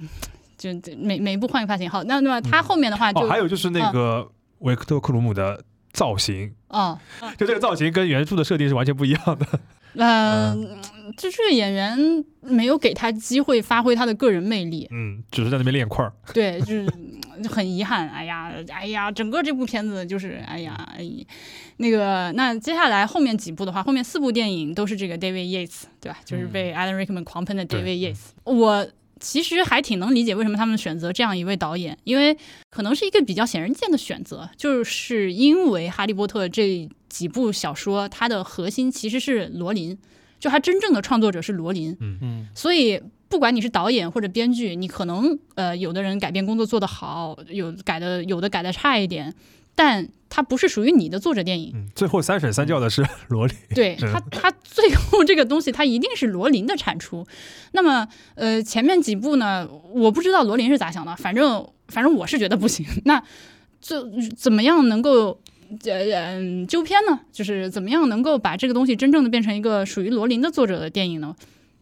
S3: 就就每每一部换一个发型。好，那那么他后面的话就嗯
S2: 哦，还有就是那个维克多·库鲁姆的造型，
S3: 哦
S2: 就这个造型跟原著的设定是完全不一样的。，
S3: 呃，就这个演员没有给他机会发挥他的个人魅力
S2: 嗯，只是在那边练块儿。
S3: 对，就是嗯就很遗憾。哎呀，哎呀，整个这部片子就是哎呀，哎那个那接下来后面几部的话，后面四部电影都是这个 David Yates，对吧？就是被 Alan Rickman 狂喷的
S2: 对
S3: David Yates。我其实还挺能理解为什么他们选择这样一位导演，因为可能是一个比较显而易见的选择，就是因为《哈利波特》这几部小说，它的核心其实是罗琳，就它真正的创作者是罗琳，
S4: 嗯
S3: 所以不管你是导演或者编剧，你可能呃，有的人改编工作做得好，有改的有的改的差一点，但它不是属于你的作者电影。
S2: 嗯，最后三审三教的是 罗莉，
S3: 对
S2: 嗯
S3: 它，它最后这个东西，它一定是罗琳的产出。那么，呃，前面几部呢，我不知道罗琳是咋想的，反正反正我是觉得不行。 那这怎么样能够，呃，嗯，纠偏呢？就是怎么样能够把这个东西真正的变成一个属于罗琳的作者的电影呢？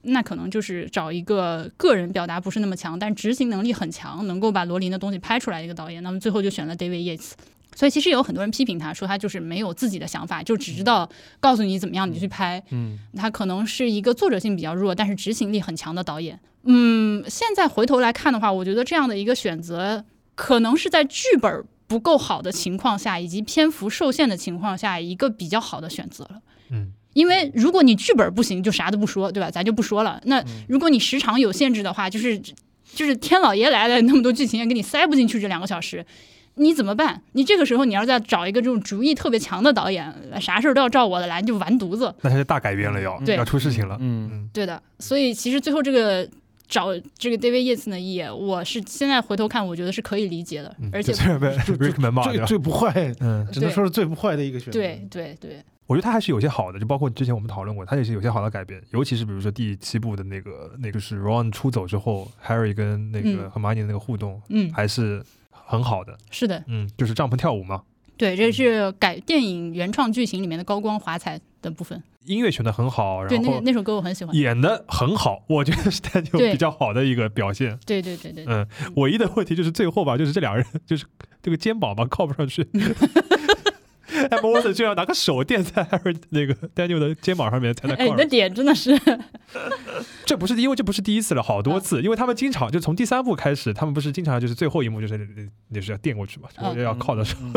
S3: 那可能就是找一个个人表达不是那么强，但执行能力很强，能够把罗琳的东西拍出来的一个导演。那么最后就选了 David Yates。所以其实有很多人批评他，说他就是没有自己的想法，就只知道告诉你怎么样，你就去拍。
S4: 嗯，
S3: 他可能是一个作者性比较弱，但是执行力很强的导演。嗯，现在回头来看的话，我觉得这样的一个选择，可能是在剧本不够好的情况下，以及篇幅受限的情况下，一个比较好的选择了。
S2: 嗯，
S3: 因为如果你剧本不行，就啥都不说，对吧？咱就不说了。
S4: 嗯
S3: 那如果你时长有限制的话，就是就是天老爷来了，那么多剧情也给你塞不进去这两个小时。你怎么办？你这个时候你要再找一个这种主意特别强的导演，啥事儿都要照我的来，你就完犊子。
S2: 那他就大改编了要，
S3: 对
S2: 要出事情了。
S4: 嗯
S2: 嗯，
S3: 对的，所以其实最后这个找这个 David Yates 呢，也我是现在回头看，我觉得是可以理解的，
S2: 嗯
S3: 而且
S2: 就这被
S4: 就
S2: Rickman 骂
S4: 最
S2: 掉。
S4: 最不坏，
S2: 嗯，
S4: 只能说是最不坏的一个选择。
S3: 对对对，
S2: 我觉得他还是有些好的，就包括之前我们讨论过，他也是有些好的改编，尤其是比如说第七部的那个，那个是 Ron 出走之后，Harry 跟那个
S3: 嗯
S2: 和 m a r n 的那个互动，
S3: 嗯，
S2: 还是很好的。
S3: 是的，
S2: 嗯，就是帐篷跳舞嘛，
S3: 对，这是改电影原创剧情里面的高光华彩的部分。
S2: 音乐选的很好，
S3: 对，
S2: 然
S3: 那
S2: 后
S3: 那首歌我很喜欢。
S2: 演的很好，我觉得是他就
S3: 对
S2: 比较好的一个表现。
S3: 对对对对，对
S2: 嗯，唯一的问题就是最后吧，就是这俩人就是这个肩膀吧靠不上 去。艾默沃森就要拿个手垫在 Harry 那个 Daniel 的肩膀上面才能
S3: 哎，
S2: 靠
S3: 你的
S2: 上。
S3: 点真的是，
S2: 这不是因为这不是第一次了，好
S3: 嗯
S2: 多次，因为他们经常就从第三部开始，他们不是经常就是最后一幕就是就是要垫过去嘛，
S3: 嗯
S2: 就要靠的时
S4: 嗯，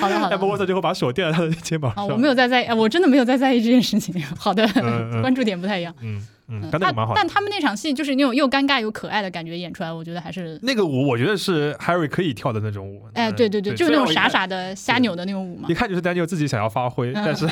S3: 好的好
S2: 候，艾默沃
S3: 的。
S2: 森就会把手垫在他的肩膀
S3: 啊，
S2: 上。
S3: 我没有在在意，哎我真的没有在在意这件事情。 好的，
S2: 嗯嗯
S3: 关注点不太一样。
S2: 嗯嗯，
S3: 嗯
S2: 刚才也蛮好
S3: 但
S2: 的。
S3: 但他们那场戏就是那种又尴尬又可爱的感觉演出来，我觉得还是，
S2: 那个舞我觉得是 Harry 可以跳的那种舞。
S3: 哎，
S2: 嗯
S3: 对对对，就是那种
S2: 虽然
S3: 傻
S2: 我
S3: 傻的瞎扭的那种舞嘛
S2: 一。看就是 Daniel 自己想要发挥，
S3: 嗯
S2: 但是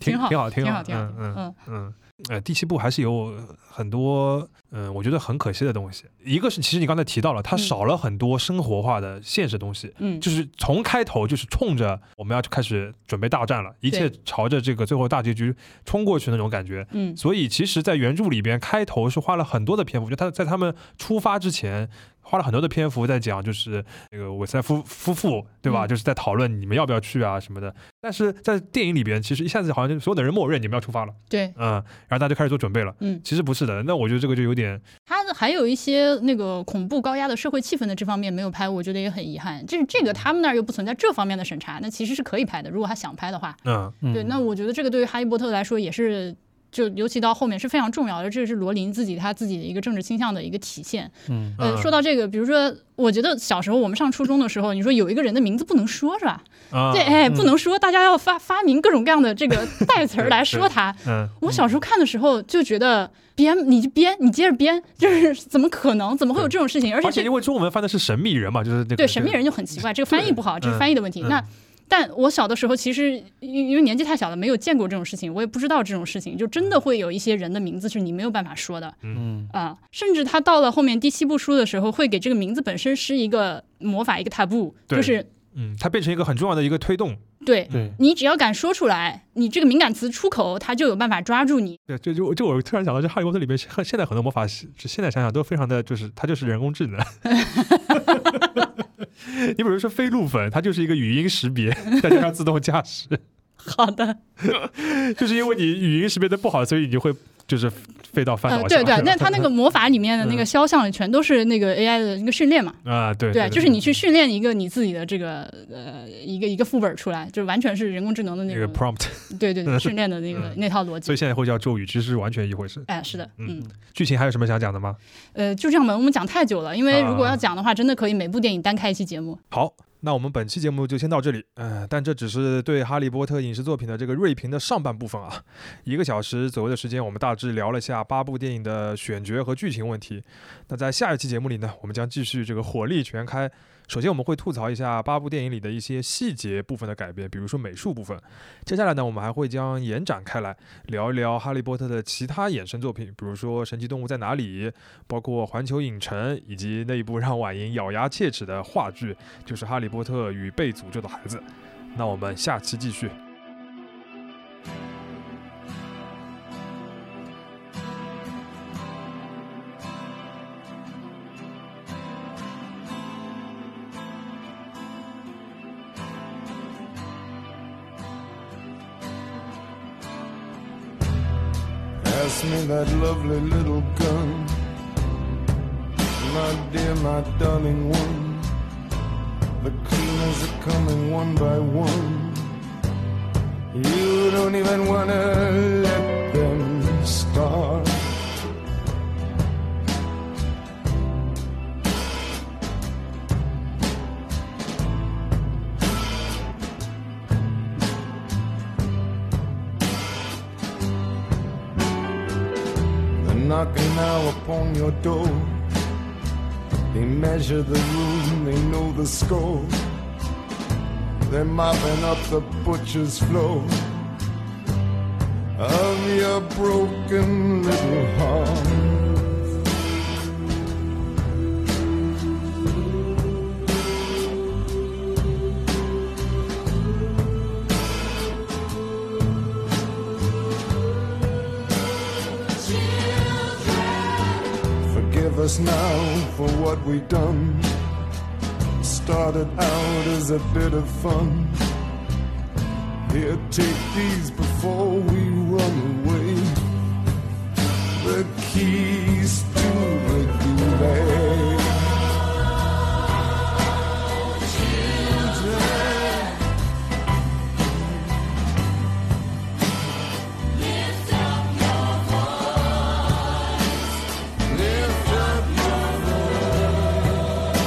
S2: 挺
S3: 挺好
S2: 挺好挺
S3: 挺
S2: 好
S3: 好挺好
S2: 嗯嗯
S3: 嗯
S2: 嗯，呃，第七部还是有很多，嗯，我觉得很可惜的东西。一个是，其实你刚才提到了，它
S3: 嗯
S2: 少了很多生活化的现实东西，
S3: 嗯，
S2: 就是从开头就是冲着我们要去开始准备大战了，一切朝着这个最后大结局冲过去那种感觉。
S3: 嗯
S2: 所以其实，在原著里边，开头是花了很多的篇幅，就他在他们出发之前，花了很多的篇幅在讲，就是那个韦斯莱夫夫妇，对吧？
S3: 嗯
S2: 就是在讨论你们要不要去啊什么的。但是在电影里边，其实一下子好像就所有的人默认你们要出发了，
S3: 对，
S2: 嗯，然后大家就开始做准备了。
S3: 嗯，
S2: 其实不是的，那我觉得这个就有点，
S3: 他还有一些那个恐怖高压的社会气氛的这方面没有拍，我觉得也很遗憾。这这个他们那儿又不存在这方面的审查，那其实是可以拍的，如果他想拍的话。
S2: 嗯
S4: 嗯
S3: 对，那我觉得这个对于哈利波特来说也是。就尤其到后面是非常重要的，这是罗琳自己他自己的一个政治倾向的一个体现。
S4: 嗯
S3: 呃，
S2: 嗯
S3: 说到这个，比如说，我觉得小时候我们上初中的时候，你说有一个人的名字不能说，是吧？
S2: 啊，
S3: 对，哎，
S4: 嗯
S3: 不能说，大家要发发明各种各样的这个代词
S2: 对
S3: 儿来说他。
S2: 嗯，
S3: 我小时候看的时候就觉得编，你就编，你接着编，就是怎么可能，怎么会有这种事 情？而且
S2: 而且
S3: 这
S2: 因为中文翻的是神秘人嘛，就是那个
S3: 对神秘人就很奇怪，这个翻译不好，这是翻译的问题。
S2: 嗯
S3: 那但我小的时候其实因因为年纪太小了，没有见过这种事情，我也不知道这种事情，就真的会有一些人的名字是你没有办法说的
S4: 嗯
S3: 啊。甚至他到了后面第七部书的时候，会给这个名字本身是一个魔法一个 taboo，
S2: 对
S3: 就是
S2: 嗯，它变成一个很重要的一个推动，
S3: 对。
S4: 对，
S3: 你只要敢说出来，你这个敏感词出口，他就有办法抓住你。
S2: 对，就就就我突然想到，这《哈利波特》里面现现在很多魔法师，就现在想想都非常的，就是它就是人工智 能。你比如说飞鹿粉，它就是一个语音识别，再加上自动驾驶，
S3: 好的，
S2: 就是因为你语音识别的不好，所以你会就是飞到翻
S3: 呃
S2: 倒，下。
S3: 对对，那他那个魔法里面的那个
S2: 嗯
S3: 肖像全都是那个 AI 的那个训练嘛，
S2: 啊，对
S3: 对，就是你去训练一个你自己的这个呃一个一个副本出来，就完全是人工智能的那
S2: 那个
S3: 种，
S2: prompt，
S3: 对对对，训练的那个
S2: 嗯
S3: 那套逻
S2: 所
S3: 辑
S2: 以。现在会叫咒语，其实是完全一回事。
S3: 哎，是的，
S2: 嗯
S3: 嗯，
S2: 剧情还有什么想讲的吗？
S3: 呃，就这样吧，我们讲太久了，因为如果
S2: 啊
S3: 要讲的话，真的可以每部电影单开一期节目。
S2: 好，那我们本期节目就先到这里，嗯、但这只是对《哈利波特》影视作品的这个锐评的上半部分啊。一个小时左右的时间，我们大致聊了一下八部电影的选角和剧情问题。那在下一期节目里呢，我们将继续这个火力全开。首先，我们会吐槽一下八部电影里的一些细节部分的改变，比如说美术部分。接下来呢，我们还会将延展开来，聊一聊《哈利波特》的其他衍生作品，比如说《神奇动物在哪里》，包括《环球影城》，以及那一部让婉莹咬牙切齿的话剧，就是《哈利波特与被诅咒的孩子》。那我们下期继续。
S5: Pass me that lovely little gun. My dear, my darling one. The cleaners are coming one by one. You don't even wanna let them start. They're knocking now upon your door. They measure the room, they know the score. They're mopping up the butcher's floor of your broken little heart. Forgive us now for what we done. Started out as a bit of fun. Here, take these before we run away. The keys to the gulag. Children. Lift up your voice,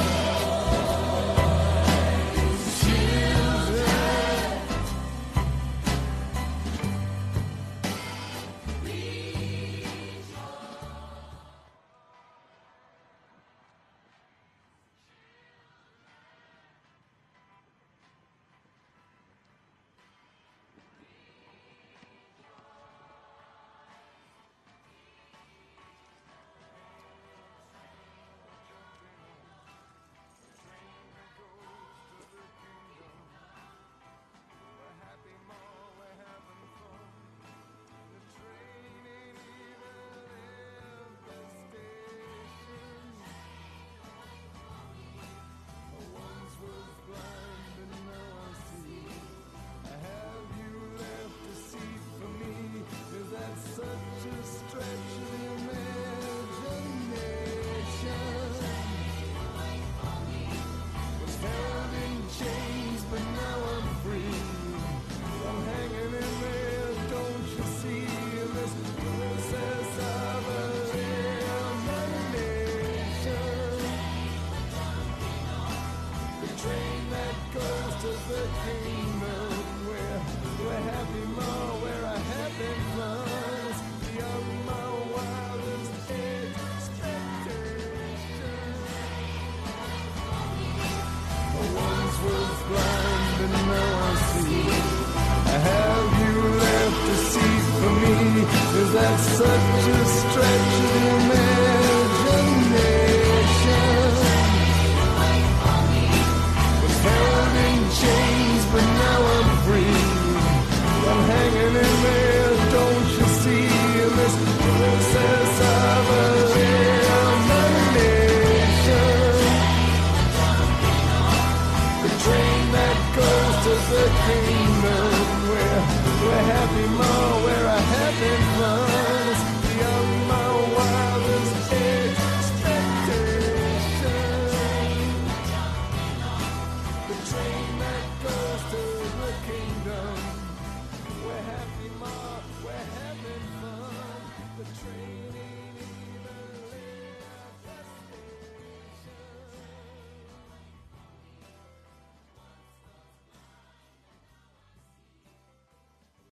S5: children. We're happy more, we're having fun. The train ain't even left the station. I once was blind and now I see. Have you left a seat for me? Is that such a stretch of the imagination? was held in chains, but now I'm free. I'm hanging in there, don't you see? In this process of elimination. The train that goes to the kingdom where we're happy more, where I happy fun. Beyond my wildest expectations. I once was blind, but now I see. Have you left a seat for me? Is that such a stretch of the imagination? Was held in chains, but now I'm free. I'm hanging in there, don't you see? In this process of elimination. The train that goes to the kingdom Oh, where we're happy more, we're